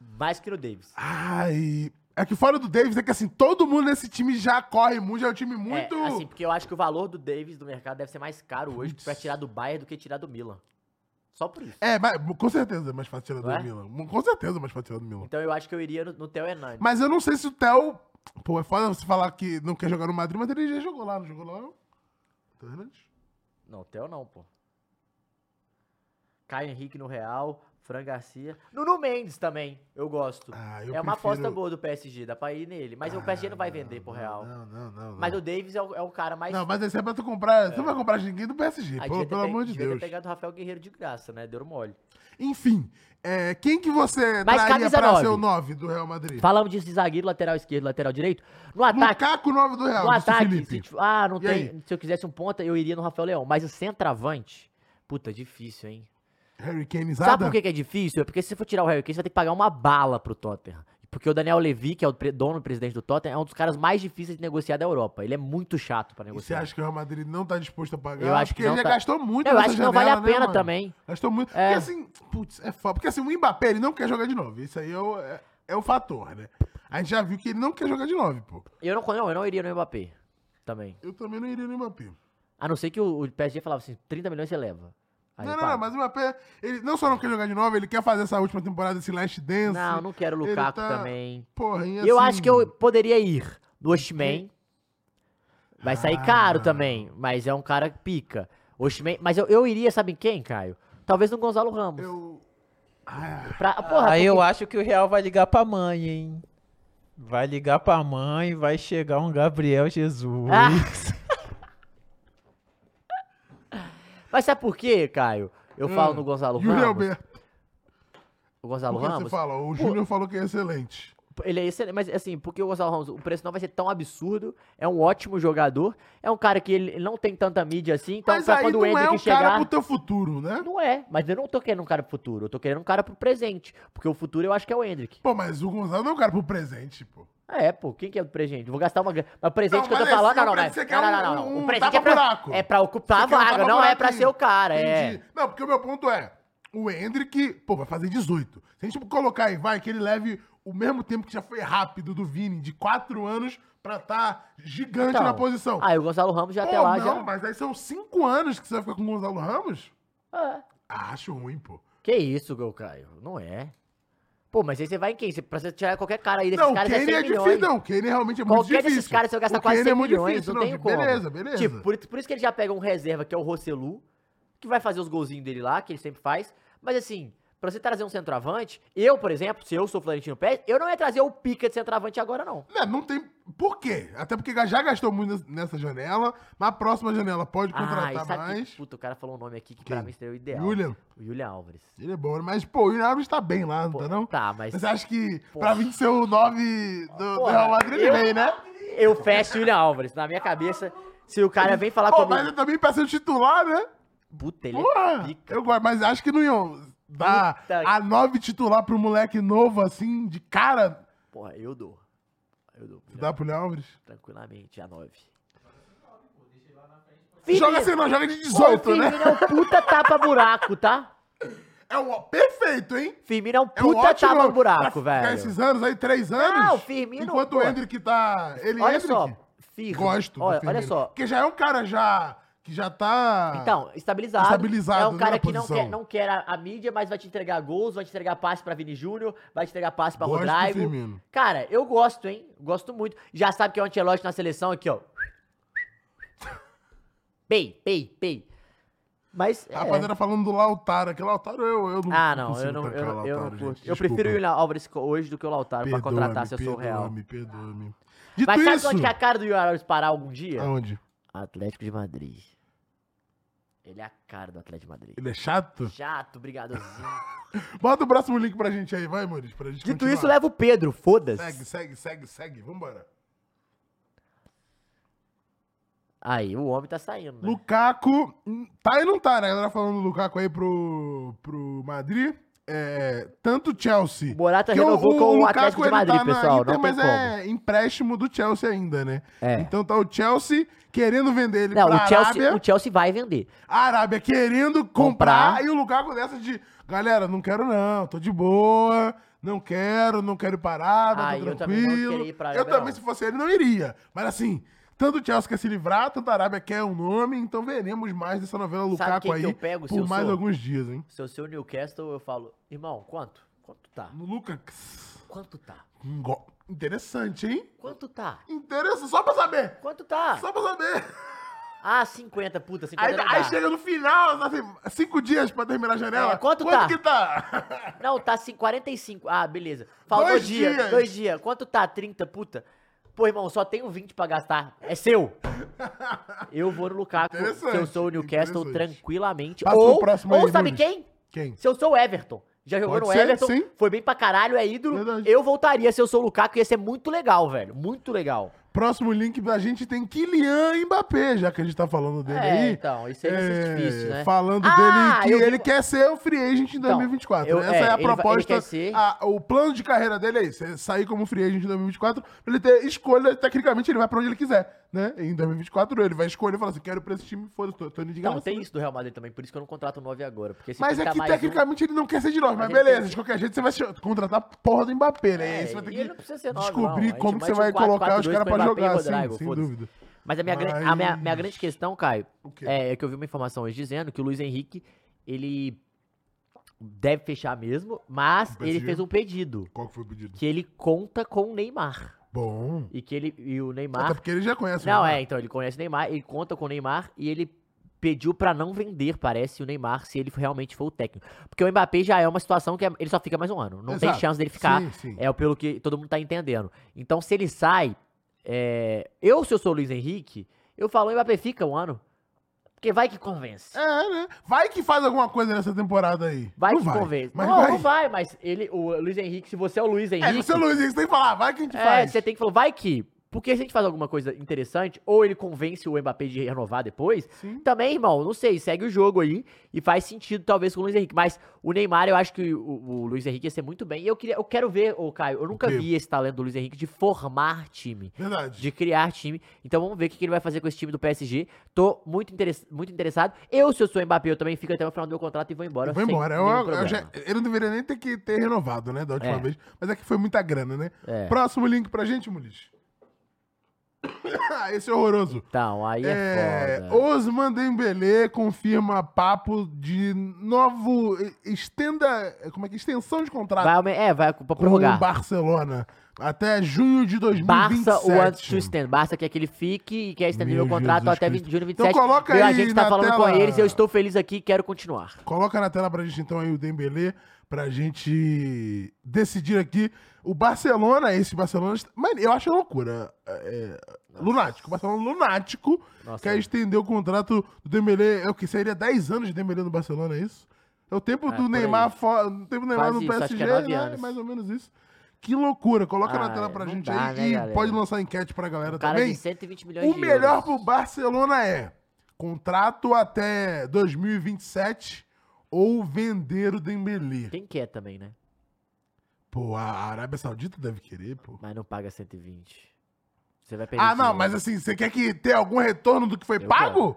Speaker 1: Mais que no Davis.
Speaker 2: Ai. É que fora do Davis é que assim, todo mundo nesse time já corre muito, já é um time muito.
Speaker 1: É, assim, porque eu acho que o valor do Davis do mercado deve ser mais caro hoje
Speaker 2: Putz.
Speaker 1: pra tirar do Bayern do que tirar do Milan. Só por isso.
Speaker 2: É, mas, com certeza é mais fácil tirar do
Speaker 1: Não é?
Speaker 2: Milan. Com certeza é mais fácil tirar do Milan.
Speaker 1: Então eu acho que eu iria no, no Theo Hernandes.
Speaker 2: Mas eu não sei se o Theo. Pô, é foda você falar que não quer jogar no Madrid, mas ele já jogou lá, não jogou lá, não? Tá Theo Hernandes?
Speaker 1: Não, Theo não, pô. Caio Henrique no Real, Fran Garcia. Nuno Mendes também, eu gosto.
Speaker 2: Ah, eu
Speaker 1: é uma aposta
Speaker 2: prefiro-
Speaker 1: boa do PSG, dá pra ir nele. Mas o PSG não vai vender pro Real.
Speaker 2: Não, não, não. não.
Speaker 1: Mas o Davis é o, é o cara mais
Speaker 2: Não, mas esse é pra tu comprar. Tu não vai comprar de ninguém do PSG,
Speaker 1: Aí
Speaker 2: pelo,
Speaker 1: devia ter
Speaker 2: pelo
Speaker 1: pe-
Speaker 2: amor de
Speaker 1: devia ter
Speaker 2: Deus.
Speaker 1: pegado o Rafael Guerreiro de graça, né? Deu mole.
Speaker 2: Enfim, é, quem que você
Speaker 1: Mas
Speaker 2: traria
Speaker 1: camisa
Speaker 2: pra
Speaker 1: nove.
Speaker 2: ser o 9 do Real Madrid?
Speaker 1: Falamos disso de zagueiro, lateral esquerdo, lateral direito. No ataque,
Speaker 2: Lukaku 9 do Real,
Speaker 1: no
Speaker 2: disse o
Speaker 1: ataque, se,
Speaker 2: Felipe.
Speaker 1: ti- ah, não
Speaker 2: E
Speaker 1: tem.
Speaker 2: aí?
Speaker 1: Se eu quisesse um ponta, eu iria no Rafael Leão. Mas o centroavante, puta, é difícil, hein?
Speaker 2: Harry Kane,
Speaker 1: Sabe
Speaker 2: Zada?
Speaker 1: por que, que é difícil? É porque se você for tirar o Harry Kane, você vai ter que pagar uma bala pro Tottenham. Porque o Daniel Levy, que é o pre- dono e presidente do Tottenham, é um dos caras mais difíceis de negociar da Europa. Ele é muito chato pra
Speaker 2: E Você
Speaker 1: negociar.
Speaker 2: acha que o Real Madrid não tá disposto a pagar?
Speaker 1: Eu acho que
Speaker 2: Porque ele
Speaker 1: não
Speaker 2: já
Speaker 1: tá-
Speaker 2: gastou muito
Speaker 1: eu
Speaker 2: nessa
Speaker 1: acho que não vale a
Speaker 2: janela, né,
Speaker 1: pena
Speaker 2: mano?
Speaker 1: também.
Speaker 2: Gastou muito.
Speaker 1: É.
Speaker 2: Porque assim, putz, é foda. Porque assim, o Mbappé, ele não quer jogar de novo. Isso aí é o, é, é o fator, né? A gente já viu que ele não quer jogar de novo, pô.
Speaker 1: Eu não, não, eu não iria no Mbappé também.
Speaker 2: Eu também não iria no Mbappé.
Speaker 1: A não ser que o, o PSG falava assim, 30 milhões você leva. Aí
Speaker 2: não,
Speaker 1: eu
Speaker 2: não, não,
Speaker 1: pago.
Speaker 2: mas o Mbappé, ele não só não quer jogar de novo, ele quer fazer essa última temporada, esse Last Dance.
Speaker 1: Não, não quero o
Speaker 2: assim, Ele
Speaker 1: Lukaku
Speaker 2: tá-
Speaker 1: também.
Speaker 2: Porra, e
Speaker 1: E eu
Speaker 2: assim-
Speaker 1: acho que eu poderia ir no Oshimen. Vai sair
Speaker 2: Ah.
Speaker 1: caro também, mas é um cara que pica. Oshimen, mas eu, eu iria, sabe em quem, Caio? Talvez no Gonzalo Ramos.
Speaker 2: Eu. Ah,
Speaker 1: Pra- porra,
Speaker 4: Aí
Speaker 1: porque-
Speaker 4: eu acho que o Real vai ligar pra mãe, hein? Vai ligar pra mãe, vai chegar um Gabriel Jesus.
Speaker 1: Ah. Mas sabe por quê, Caio? Eu falo no Gonzalo
Speaker 2: Hum. Yuri
Speaker 1: Ramos.
Speaker 2: Alberto.
Speaker 1: O Gonzalo
Speaker 2: Por que você
Speaker 1: Ramos,
Speaker 2: fala? O Júnior falou que é excelente.
Speaker 1: ele é excelente, mas assim, porque o Gonzalo Ramos, o preço não vai ser tão absurdo, é um ótimo jogador, é um cara que ele ele não tem tanta mídia assim, então
Speaker 2: Mas
Speaker 1: pra
Speaker 2: aí
Speaker 1: quando
Speaker 2: não
Speaker 1: o Hendrick
Speaker 2: é um cara
Speaker 1: chegar...
Speaker 2: pro teu futuro, né?
Speaker 1: Não é, mas eu não tô querendo um cara pro futuro, eu tô querendo um cara pro presente. Porque o futuro eu acho que é o Hendrick.
Speaker 2: Pô, mas o Gonzalo não é um cara pro presente, pô.
Speaker 1: É, pô, quem que é o presente? Vou gastar uma grana. Mas o presente
Speaker 2: Não,
Speaker 1: que eu tô
Speaker 2: mas esse
Speaker 1: falando,
Speaker 2: é
Speaker 1: não, não,
Speaker 2: o presente, você
Speaker 1: não,
Speaker 2: quer
Speaker 1: não,
Speaker 2: um-
Speaker 1: não, não.
Speaker 2: um
Speaker 1: O presente é pra,
Speaker 2: tapa-buraco.
Speaker 1: é pra ocupar a
Speaker 2: Você quer um
Speaker 1: vaga, não é pra
Speaker 2: tapa-buraco
Speaker 1: ser o
Speaker 2: aí.
Speaker 1: cara, é.
Speaker 2: Entendi. Não, porque o meu ponto é, o Hendrick, pô, vai fazer 18. Se a gente colocar aí, vai, que ele leve o mesmo tempo que já foi rápido do Vini, de 4 anos, pra tá gigante
Speaker 1: Então,
Speaker 2: na posição.
Speaker 1: Aí o Gonzalo Ramos já
Speaker 2: pô,
Speaker 1: até lá
Speaker 2: não,
Speaker 1: já.
Speaker 2: mas aí são 5 anos que você vai ficar com o Gonzalo Ramos?
Speaker 1: Ah,
Speaker 2: Ah, acho ruim, pô.
Speaker 1: que isso, Gol Caio? Não é. Pô, mas aí você vai em quem? Você, pra você tirar qualquer cara aí desses
Speaker 2: Não, o
Speaker 1: caras
Speaker 2: Kane
Speaker 1: é
Speaker 2: é
Speaker 1: 100
Speaker 2: difícil,
Speaker 1: milhões.
Speaker 2: não. O Kane realmente é muito
Speaker 1: Qualquer
Speaker 2: difícil.
Speaker 1: desses caras, se eu gastar
Speaker 2: O
Speaker 1: quase
Speaker 2: Kane
Speaker 1: 100
Speaker 2: é muito
Speaker 1: milhões,
Speaker 2: difícil,
Speaker 1: não, tem como.
Speaker 2: Beleza, beleza.
Speaker 1: Tipo, por, isso- por isso que ele já pega um reserva, que é o Roselu, que vai fazer os golzinhos dele lá, que ele sempre faz. Mas assim, pra você trazer um centroavante, eu, por exemplo, se eu sou Florentino Pérez, eu não ia trazer o pica de centroavante agora, não.
Speaker 2: Não, não tem. Por quê? Até porque já gastou muito nessa janela. Na próxima janela pode
Speaker 1: Ah, e
Speaker 2: contratar
Speaker 1: sabe que,
Speaker 2: mais.
Speaker 1: puta, o cara falou um nome aqui que pra
Speaker 2: Quem?
Speaker 1: mim seria o ideal.
Speaker 2: Julian.
Speaker 1: O Julian Alves.
Speaker 2: Ele é bom, né? mas, pô, o Yuri Alves tá bem lá, não tá não?
Speaker 1: Tá, mas
Speaker 2: Mas acho que pra
Speaker 1: Porra.
Speaker 2: vir ser o 9 do, do
Speaker 1: Porra,
Speaker 2: Real Madrid, ele
Speaker 1: eu-
Speaker 2: vem, né?
Speaker 1: eu fecho o Julian Alves. Na minha cabeça, se o cara vem falar
Speaker 2: Pô,
Speaker 1: comigo...
Speaker 2: mas ele também pra ser o titular, né?
Speaker 1: Puta, ele é
Speaker 2: Porra!
Speaker 1: pica.
Speaker 2: Eu gosto, mas acho que não iam dar
Speaker 1: Puta
Speaker 2: a 9 titular pro moleque novo, assim, de cara.
Speaker 1: Porra, eu dou. Eu dou. pro Julian
Speaker 2: Dá pro Léo Alves?
Speaker 1: Tranquilamente, a 9.
Speaker 2: Joga assim, não, joga de 18, né?
Speaker 1: Firmino é um puta tapa-buraco, tá?
Speaker 2: É o perfeito, hein?
Speaker 1: Firmino é um
Speaker 2: É um
Speaker 1: puta
Speaker 2: ótimo-
Speaker 1: tapa-buraco,
Speaker 2: pra ficar
Speaker 1: velho.
Speaker 2: esses anos aí, três anos.
Speaker 1: Não, Firmino,
Speaker 2: Enquanto
Speaker 1: pô.
Speaker 2: o Hendrick tá. Ele
Speaker 1: Olha
Speaker 2: Hendrick,
Speaker 1: só, Firmino.
Speaker 2: Gosto do
Speaker 1: Olha, olha
Speaker 2: Firmino.
Speaker 1: só,
Speaker 2: Porque já é um cara já. Que que já tá.
Speaker 1: Então, estabilizado.
Speaker 2: Estabilizado,
Speaker 1: É um
Speaker 2: né,
Speaker 1: cara
Speaker 2: na
Speaker 1: que não
Speaker 2: posição.
Speaker 1: quer, não quer a, a mídia, mas vai te entregar gols, vai te entregar passe pra Vini Júnior, vai te entregar passe pra
Speaker 2: gosto do
Speaker 1: Rodrigo.
Speaker 2: Firmino.
Speaker 1: Cara, eu gosto, hein? Gosto muito. Já sabe que é o Antelote na seleção aqui, ó. Pei, pei, pei. Mas. é.
Speaker 2: A rapaziada falando do Lautaro, que Lautaro eu, eu não
Speaker 1: Ah, não,
Speaker 2: consigo
Speaker 1: eu não, eu,
Speaker 2: tancar
Speaker 1: não- eu não
Speaker 2: Lautaro,
Speaker 1: curto.
Speaker 2: gente,
Speaker 1: eu prefiro o
Speaker 2: desculpa.
Speaker 1: William Álvares co- hoje do que o Lautaro pra contratar se eu sou o real.
Speaker 2: Perdoa-me, perdoa-me. Dito
Speaker 1: Mas sabe
Speaker 2: isso, Ah.
Speaker 1: onde que é a cara do William Álvares parar algum dia?
Speaker 2: aonde?
Speaker 1: Atlético de Madrid. Ele é a cara do Atlético de Madrid.
Speaker 2: Ele é chato?
Speaker 1: Chato, brigadozinho.
Speaker 2: Bota o próximo link pra gente aí, vai, Muris, pra gente
Speaker 1: Dito
Speaker 2: continuar.
Speaker 1: isso, leva o Pedro,
Speaker 2: Segue,
Speaker 1: foda-se.
Speaker 2: segue, segue, segue, vambora.
Speaker 1: Aí, o homem tá saindo, né?
Speaker 2: Lukaku, hum, tá e não tá, né? A galera falando do Lukaku aí pro, pro Madrid. É, tanto Chelsea.
Speaker 1: O Morata
Speaker 2: que
Speaker 1: renovou com o
Speaker 2: Lukaku,
Speaker 1: Atlético de
Speaker 2: ele
Speaker 1: Madrid,
Speaker 2: tá na
Speaker 1: pessoal,
Speaker 2: Inter,
Speaker 1: não tem
Speaker 2: mas é empréstimo do Chelsea ainda, né?
Speaker 1: É.
Speaker 2: Então tá o Chelsea querendo vender ele
Speaker 1: Não,
Speaker 2: pra
Speaker 1: o Chelsea,
Speaker 2: Arábia.
Speaker 1: o Chelsea vai vender.
Speaker 2: A Arábia querendo comprar,
Speaker 1: Comprar.
Speaker 2: e o Lukaku dessa de galera, não quero não, tô de boa, não quero, não quero ir parar,
Speaker 1: Ah,
Speaker 2: tô
Speaker 1: eu também não
Speaker 2: tranquilo.
Speaker 1: queria ir pra
Speaker 2: eu
Speaker 1: Arábia,
Speaker 2: também,
Speaker 1: não.
Speaker 2: se fosse ele, não iria. Mas assim, tanto o Chelsea quer se livrar, tanto a Arábia quer um nome, então veremos mais dessa novela
Speaker 1: Sabe
Speaker 2: Lukaku
Speaker 1: quem
Speaker 2: aí
Speaker 1: que eu pego, se
Speaker 2: por
Speaker 1: eu
Speaker 2: mais
Speaker 1: sou?
Speaker 2: alguns dias, hein?
Speaker 1: Se eu sou o Newcastle, eu falo, irmão, quanto? Quanto tá?
Speaker 2: No Lucas.
Speaker 1: Quanto tá?
Speaker 2: um go- Interessante, hein?
Speaker 1: Quanto tá?
Speaker 2: Interessante, só pra saber.
Speaker 1: Quanto tá?
Speaker 2: Só pra saber.
Speaker 1: Ah, 50, puta, 50
Speaker 2: Aí,
Speaker 1: não
Speaker 2: aí
Speaker 1: dá.
Speaker 2: chega no final, assim, cinco dias pra terminar a janela.
Speaker 1: É, quanto
Speaker 2: quanto
Speaker 1: tá?
Speaker 2: que tá?
Speaker 1: Não, tá assim, 45. Ah, beleza. Faltou
Speaker 2: Dois
Speaker 1: dia,
Speaker 2: dias.
Speaker 1: dois dias. Quanto tá? 30, puta. Pô, irmão, só tenho 20 pra gastar. É seu. Eu vou no Lukaku, se eu
Speaker 2: Interessante,
Speaker 1: sou o Newcastle,
Speaker 2: interessante.
Speaker 1: tranquilamente.
Speaker 2: Passa
Speaker 1: ou
Speaker 2: pro próximo aí,
Speaker 1: ou sabe
Speaker 2: Nunes.
Speaker 1: quem?
Speaker 2: Quem?
Speaker 1: Se eu sou o Everton. Já jogou
Speaker 2: Pode
Speaker 1: no
Speaker 2: ser,
Speaker 1: Everton,
Speaker 2: sim.
Speaker 1: foi bem pra caralho, é ídolo.
Speaker 2: Verdade.
Speaker 1: Eu voltaria se eu sou o Lukaku, ia ser muito legal, velho. Muito legal.
Speaker 2: Próximo link da gente tem Kylian Mbappé, já que a gente tá falando dele
Speaker 1: é,
Speaker 2: aí.
Speaker 1: então, isso aí vai
Speaker 2: É,
Speaker 1: ser difícil, né?
Speaker 2: Falando
Speaker 1: Ah,
Speaker 2: dele
Speaker 1: eu
Speaker 2: que
Speaker 1: vi-
Speaker 2: ele quer ser o free agent em
Speaker 1: Então,
Speaker 2: 2024.
Speaker 1: eu-
Speaker 2: Essa
Speaker 1: é,
Speaker 2: é, a
Speaker 1: ele vai- ele
Speaker 2: proposta.
Speaker 1: quer ser-
Speaker 2: a- o plano de carreira dele é isso: é sair como free agent em 2024, pra ele ter escolha, tecnicamente ele vai pra onde ele quiser, né? Em 2024 ele vai escolher e falar assim: quero pra esse time, foda-se, tô, tô indo de
Speaker 1: Então,
Speaker 2: graça.
Speaker 1: tem isso do Real Madrid também, por isso que eu não contrato o 9 agora. Porque se
Speaker 2: Mas é
Speaker 1: pintar
Speaker 2: que
Speaker 1: mais um-
Speaker 2: tecnicamente ele não quer ser de nós, mas,
Speaker 1: Mas ele
Speaker 2: beleza,
Speaker 1: tem-
Speaker 2: de qualquer jeito você vai se- contratar a porra do Mbappé, né?
Speaker 1: É,
Speaker 2: Aí você vai ter
Speaker 1: e ele não
Speaker 2: que
Speaker 1: precisa ser nove, não. A
Speaker 2: descobrir
Speaker 1: gente
Speaker 2: como que você
Speaker 1: mete
Speaker 2: vai
Speaker 1: um 4-4-2
Speaker 2: colocar os caras
Speaker 1: pra
Speaker 2: pra
Speaker 1: Mbappé e
Speaker 2: jogar, assim,
Speaker 1: Rodrigo,
Speaker 2: sem
Speaker 1: foda-se.
Speaker 2: dúvida.
Speaker 1: Mas a minha, gran- a minha, minha
Speaker 2: Mas-
Speaker 1: grande questão, Caio,
Speaker 2: O quê?
Speaker 1: é, é que eu vi uma informação hoje dizendo que o Luiz Henrique, ele deve fechar mesmo, mas
Speaker 2: PSG?
Speaker 1: ele fez um pedido.
Speaker 2: Qual que foi o pedido?
Speaker 1: Que ele conta com o Neymar.
Speaker 2: Bom.
Speaker 1: E que ele. E o
Speaker 2: Até
Speaker 1: Neymar.
Speaker 2: porque ele já conhece né?
Speaker 1: Não,
Speaker 2: o
Speaker 1: é, então, ele conhece o Neymar, ele conta com o Neymar e ele pediu pra não vender, parece, o Neymar, se ele realmente for o técnico. Porque o Mbappé já é uma situação que é- ele só fica mais um ano. Não tem
Speaker 2: Exato.
Speaker 1: chance dele ficar.
Speaker 2: Sim, sim.
Speaker 1: É o pelo que todo mundo tá entendendo. Então, se ele sai, é, eu, se eu sou o Luiz Henrique, eu falo, Mbappé, fica um ano. Porque vai que convence.
Speaker 2: É, né? Vai que faz alguma coisa nessa temporada aí.
Speaker 1: Vai
Speaker 2: Não
Speaker 1: que convence.
Speaker 2: Mas
Speaker 1: não,
Speaker 2: vai.
Speaker 1: não vai, mas ele, o Luiz Henrique, se você é o Luiz
Speaker 2: É,
Speaker 1: Henrique.
Speaker 2: você é o Luiz Henrique, você tem que falar, vai que a gente
Speaker 1: é,
Speaker 2: faz.
Speaker 1: você tem que falar, vai que. Porque se a gente faz alguma coisa interessante, ou ele convence o Mbappé de renovar depois,
Speaker 2: Sim.
Speaker 1: também, irmão, não sei, segue o jogo aí e faz sentido, talvez, com o Luiz Henrique. Mas o Neymar, eu acho que o, o Luiz Henrique ia ser muito bem. E eu, queria, eu quero ver, ô Caio, eu nunca
Speaker 2: quê?
Speaker 1: vi esse talento do Luiz Henrique de formar time
Speaker 2: Verdade.
Speaker 1: de criar time. Então vamos ver o que que ele vai fazer com esse time do PSG. Tô muito, interess- muito interessado. Eu, se eu sou o Mbappé, eu também fico até o final do meu contrato e vou embora.
Speaker 2: Vai
Speaker 1: sem
Speaker 2: embora. Eu,
Speaker 1: nenhum
Speaker 2: eu
Speaker 1: problema.
Speaker 2: já- ele não deveria nem ter que ter renovado, né? Da última
Speaker 1: É.
Speaker 2: vez. Mas é que foi muita grana, né?
Speaker 1: É.
Speaker 2: Próximo link pra gente, Mulis. Esse é horroroso.
Speaker 1: Então, aí é,
Speaker 2: É,
Speaker 1: foda.
Speaker 2: Osman Dembélé confirma papo de novo estenda, como é que é? extensão de contrato
Speaker 1: Vai, aumen- é, vai pra
Speaker 2: com o
Speaker 1: prorrogar.
Speaker 2: Barcelona até junho de 2027.
Speaker 1: Barça, o antes to stand. Barça quer que ele fique e quer estender
Speaker 2: Meu
Speaker 1: meu contrato
Speaker 2: Jesus
Speaker 1: até 20,
Speaker 2: Cristo.
Speaker 1: junho de
Speaker 2: Então
Speaker 1: 27.
Speaker 2: coloca
Speaker 1: Meu
Speaker 2: aí
Speaker 1: agente tá
Speaker 2: na
Speaker 1: falando
Speaker 2: tela-
Speaker 1: com eles e eu estou feliz aqui e quero continuar.
Speaker 2: Coloca na tela pra gente então aí o Dembélé pra gente decidir aqui. O Barcelona, esse Barcelona, mano, eu acho loucura. É, é, lunático, o Barcelona lunático
Speaker 1: Nossa,
Speaker 2: quer estender o contrato do Dembélé, é o que seria 10 anos de Dembélé no Barcelona, é isso? É o tempo
Speaker 1: É,
Speaker 2: do
Speaker 1: por aí.
Speaker 2: Neymar, fora, o tempo do Neymar
Speaker 1: Quase
Speaker 2: no
Speaker 1: isso, acho
Speaker 2: PSG,
Speaker 1: que é nove
Speaker 2: né?
Speaker 1: anos.
Speaker 2: mais ou menos isso. Que loucura, coloca na
Speaker 1: Ah,
Speaker 2: tela pra
Speaker 1: não
Speaker 2: gente
Speaker 1: dá,
Speaker 2: aí
Speaker 1: né,
Speaker 2: e
Speaker 1: galera?
Speaker 2: pode lançar enquete pra galera
Speaker 1: um cara
Speaker 2: também.
Speaker 1: de 120 milhões
Speaker 2: O
Speaker 1: de
Speaker 2: melhor
Speaker 1: euros.
Speaker 2: pro Barcelona é contrato até 2027 ou vender o Dembélé.
Speaker 1: Quem quer também, né?
Speaker 2: Pô, a Arábia Saudita deve querer, pô.
Speaker 1: Mas não paga 120. Você vai perder
Speaker 2: Ah, não,
Speaker 1: dinheiro.
Speaker 2: mas assim, você quer que ter algum retorno do que foi
Speaker 1: Eu
Speaker 2: pago?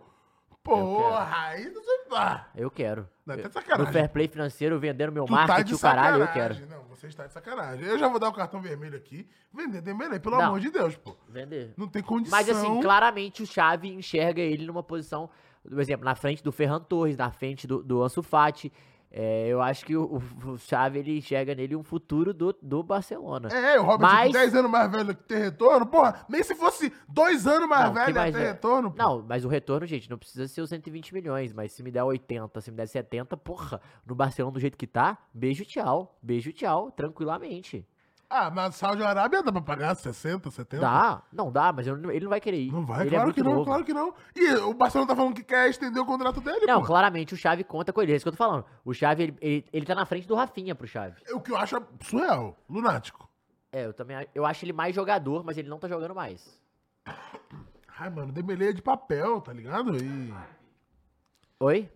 Speaker 2: Porra,
Speaker 1: Eu
Speaker 2: aí não sei, tá.
Speaker 1: Eu quero.
Speaker 2: Não, tá de
Speaker 1: No
Speaker 2: sacanagem.
Speaker 1: fair play financeiro, vendendo meu
Speaker 2: Tu tá
Speaker 1: marketing,
Speaker 2: de
Speaker 1: o caralho,
Speaker 2: sacanagem.
Speaker 1: eu quero.
Speaker 2: Não, você está de sacanagem. Eu já vou dar o cartão vermelho aqui. Vender Dembele, pelo
Speaker 1: Não.
Speaker 2: amor de Deus, pô.
Speaker 1: Vender.
Speaker 2: Não tem condição.
Speaker 1: Mas assim, claramente o Xavi enxerga ele numa posição, por exemplo, na frente do Ferran Torres, na frente do, do Ansu Fati. É, eu acho que o, o Xavi ele enxerga nele um futuro do, do Barcelona.
Speaker 2: É, o Robert
Speaker 1: Mas-
Speaker 2: 10 anos mais velho que ter retorno, porra, nem se fosse dois anos mais
Speaker 1: Não, que
Speaker 2: velho ia
Speaker 1: mais
Speaker 2: ter
Speaker 1: é?
Speaker 2: retorno, pô.
Speaker 1: Não, mas o retorno, gente, não precisa ser os 120 milhões, mas se me der 80, se me der 70, porra, no Barcelona do jeito que tá, beijo tchau, beijo tchau, tranquilamente.
Speaker 2: Ah, mas Saudi Arábia dá pra pagar 60, 70?
Speaker 1: Dá? Não dá, mas eu não- ele não vai querer ir.
Speaker 2: Não vai,
Speaker 1: ele é
Speaker 2: claro
Speaker 1: muito
Speaker 2: que não,
Speaker 1: novo.
Speaker 2: claro que não. E o Barcelona tá falando que quer estender o contrato dele,
Speaker 1: Não,
Speaker 2: pô.
Speaker 1: claramente o Xavi conta com ele, é isso que eu tô falando. O Xavi, ele, ele, ele tá na frente do Rafinha pro Xavi.
Speaker 2: É O que eu acho surreal, lunático.
Speaker 1: É, eu também a- eu acho ele mais jogador, mas ele não tá jogando mais.
Speaker 2: Ai, mano, Dembele é de papel, tá ligado? E...
Speaker 1: Oi?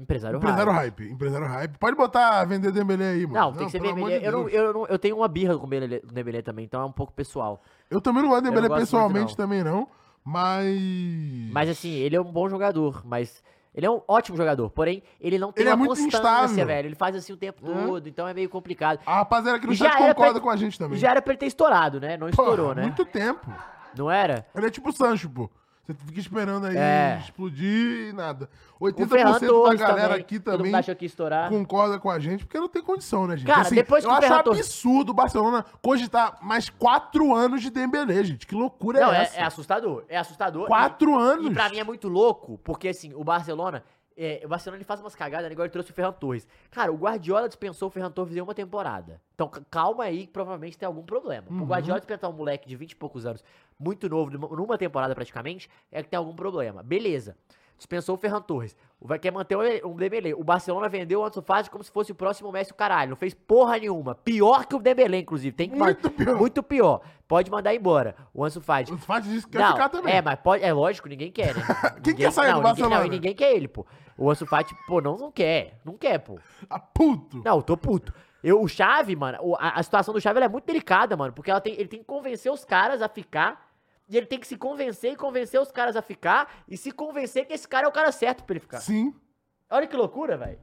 Speaker 1: Empresário Raio.
Speaker 2: Empresário hype, empresário hype. Pode botar vender Dembele aí, mano.
Speaker 1: Não, tem que ser
Speaker 2: pelo amor
Speaker 1: vermelho.
Speaker 2: de
Speaker 1: eu, não,
Speaker 2: Deus.
Speaker 1: eu, não- eu tenho uma birra com o Belele- com o Dembélé também, então é um pouco pessoal.
Speaker 2: Eu também não gosto de
Speaker 1: não
Speaker 2: Dembele
Speaker 1: gosto muito,
Speaker 2: pessoalmente
Speaker 1: não.
Speaker 2: também não, mas...
Speaker 1: Mas assim, ele é um bom jogador, mas... Ele é um ótimo jogador, porém, ele não tem
Speaker 2: Ele é
Speaker 1: uma
Speaker 2: muito
Speaker 1: constância,
Speaker 2: instável.
Speaker 1: velho. Ele faz assim o tempo
Speaker 2: Hã?
Speaker 1: todo, então é meio complicado.
Speaker 2: A rapaziada que no
Speaker 1: E
Speaker 2: chat
Speaker 1: já era
Speaker 2: concorda
Speaker 1: pra-
Speaker 2: com a gente também.
Speaker 1: Já era pra ele ter estourado, né? Não
Speaker 2: Porra,
Speaker 1: estourou, né?
Speaker 2: muito tempo.
Speaker 1: Não era?
Speaker 2: Ele é tipo o Sancho, pô. Você fica esperando aí
Speaker 1: É.
Speaker 2: explodir e nada.
Speaker 1: O Ferran
Speaker 2: 80% da
Speaker 1: Torres
Speaker 2: galera
Speaker 1: também.
Speaker 2: aqui
Speaker 1: Todo
Speaker 2: também
Speaker 1: mundo achou que ia estourar.
Speaker 2: concorda com a gente, porque não tem condição, né, gente?
Speaker 1: Cara, depois
Speaker 2: eu
Speaker 1: que o
Speaker 2: acho
Speaker 1: Ferran Torres-
Speaker 2: absurdo o Barcelona cogitar mais quatro anos de Dembélé, gente. Que loucura
Speaker 1: Não,
Speaker 2: é,
Speaker 1: é,
Speaker 2: essa?
Speaker 1: é assustador. É assustador. E-
Speaker 2: Quatro anos.
Speaker 1: E pra mim é muito louco, porque assim, o Barcelona. é, o Barcelona ele faz umas cagadas, né? Igual ele trouxe o Ferran Torres. Cara, o Guardiola dispensou o Ferran Torres em uma temporada. Então c- calma aí, que provavelmente tem algum problema.
Speaker 2: Uhum.
Speaker 1: O Guardiola dispensar um moleque de 20 e poucos anos, muito novo, numa- numa temporada praticamente, é que tem algum problema. Beleza. Dispensou o Ferran Torres. O- Vai quer manter o- o Dembele. O Barcelona vendeu o Ansu Fati como se fosse o próximo Messi o caralho. Não fez porra nenhuma. Pior que o Dembele, inclusive. Tem que man-
Speaker 2: Muito pior.
Speaker 1: Muito pior. Pode mandar embora o Ansu Fati.
Speaker 2: O Fati disse que quer
Speaker 1: Não,
Speaker 2: ficar também.
Speaker 1: É, mas pode, é lógico, ninguém quer, né?
Speaker 2: Quem
Speaker 1: Ninguém-
Speaker 2: quer sair
Speaker 1: não, ninguém-
Speaker 2: do Barcelona?
Speaker 1: Não, e ninguém quer ele, pô. O Ansu Fati, pô, não, não quer. Não quer, pô.
Speaker 2: Ah, puto.
Speaker 1: Não, eu tô puto. Eu, o Chave, mano, o- a, a situação do Chave ela é muito delicada, mano, porque ela tem- ele tem que convencer os caras a ficar, e ele tem que se convencer e convencer os caras a ficar, e se convencer que esse cara é o cara certo pra ele ficar.
Speaker 2: Sim.
Speaker 1: Olha que loucura, velho.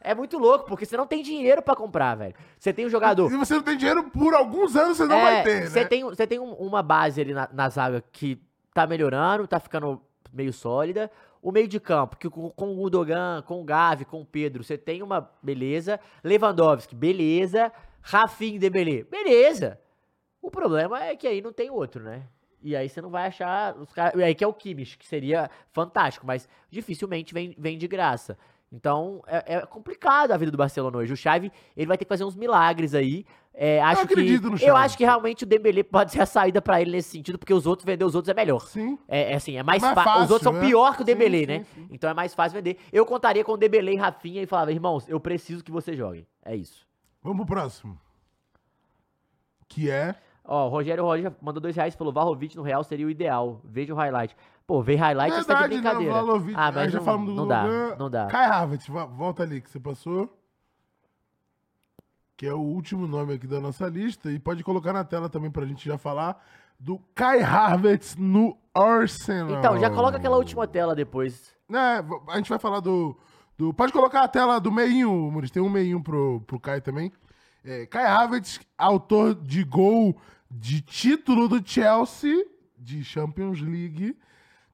Speaker 1: É muito louco, porque você não tem dinheiro pra comprar, velho. Você tem um jogador...
Speaker 2: E você não tem dinheiro por alguns anos, você não
Speaker 1: É,
Speaker 2: vai ter,
Speaker 1: Você
Speaker 2: né?
Speaker 1: tem, você tem um- uma base ali na, na zaga que tá melhorando, tá ficando meio sólida. O meio de campo, que com, com o Udogan, com o Gavi, com o Pedro, você tem uma beleza. Lewandowski, beleza. Rafinha Dembele, beleza. O problema é que aí não tem outro, né? E aí você não vai achar os caras. E aí que é o Kimmich, que seria fantástico, mas dificilmente vem, vem de graça. Então é, é complicado a vida do Barcelona hoje. O Xavi, ele vai ter que fazer uns milagres aí. É, acho
Speaker 2: acredito
Speaker 1: que,
Speaker 2: no
Speaker 1: Eu
Speaker 2: Xavi.
Speaker 1: acho que realmente o Dembélé pode ser a saída pra ele nesse sentido, porque os outros vender os outros é melhor.
Speaker 2: Sim.
Speaker 1: É, é assim, é mais,
Speaker 2: Mais
Speaker 1: fácil. Os
Speaker 2: fácil,
Speaker 1: outros são
Speaker 2: né?
Speaker 1: pior que o
Speaker 2: Sim,
Speaker 1: Dembélé,
Speaker 2: sim,
Speaker 1: né?
Speaker 2: sim.
Speaker 1: Então é mais fácil vender. Eu contaria com o Dembélé e Rafinha e falava, irmãos, eu preciso que vocês joguem. É isso.
Speaker 2: Vamos pro próximo. Que é...
Speaker 1: Ó, o Rogério Roger mandou dois reais e falou, Varrovic no Real seria o ideal. Veja o highlight. Pô, ver highlight você tá de
Speaker 2: Verdade, né?
Speaker 1: brincadeira.
Speaker 2: Vlahovic.
Speaker 1: ah, mas
Speaker 2: Aí já
Speaker 1: não,
Speaker 2: falamos do
Speaker 1: não dá,
Speaker 2: Gundogan.
Speaker 1: não dá.
Speaker 2: Kai Havertz, va- volta ali que você passou. Que é o último nome aqui da nossa lista. E pode colocar na tela também pra gente já falar do Kai Havertz no Arsenal.
Speaker 1: Então, já coloca aquela última tela depois.
Speaker 2: É, v- a gente vai falar do... do- pode colocar a tela do meinho, Muniz. Tem um meinho pro, pro Kai também. É, Kai Havertz, autor de gol de título do Chelsea, de Champions League.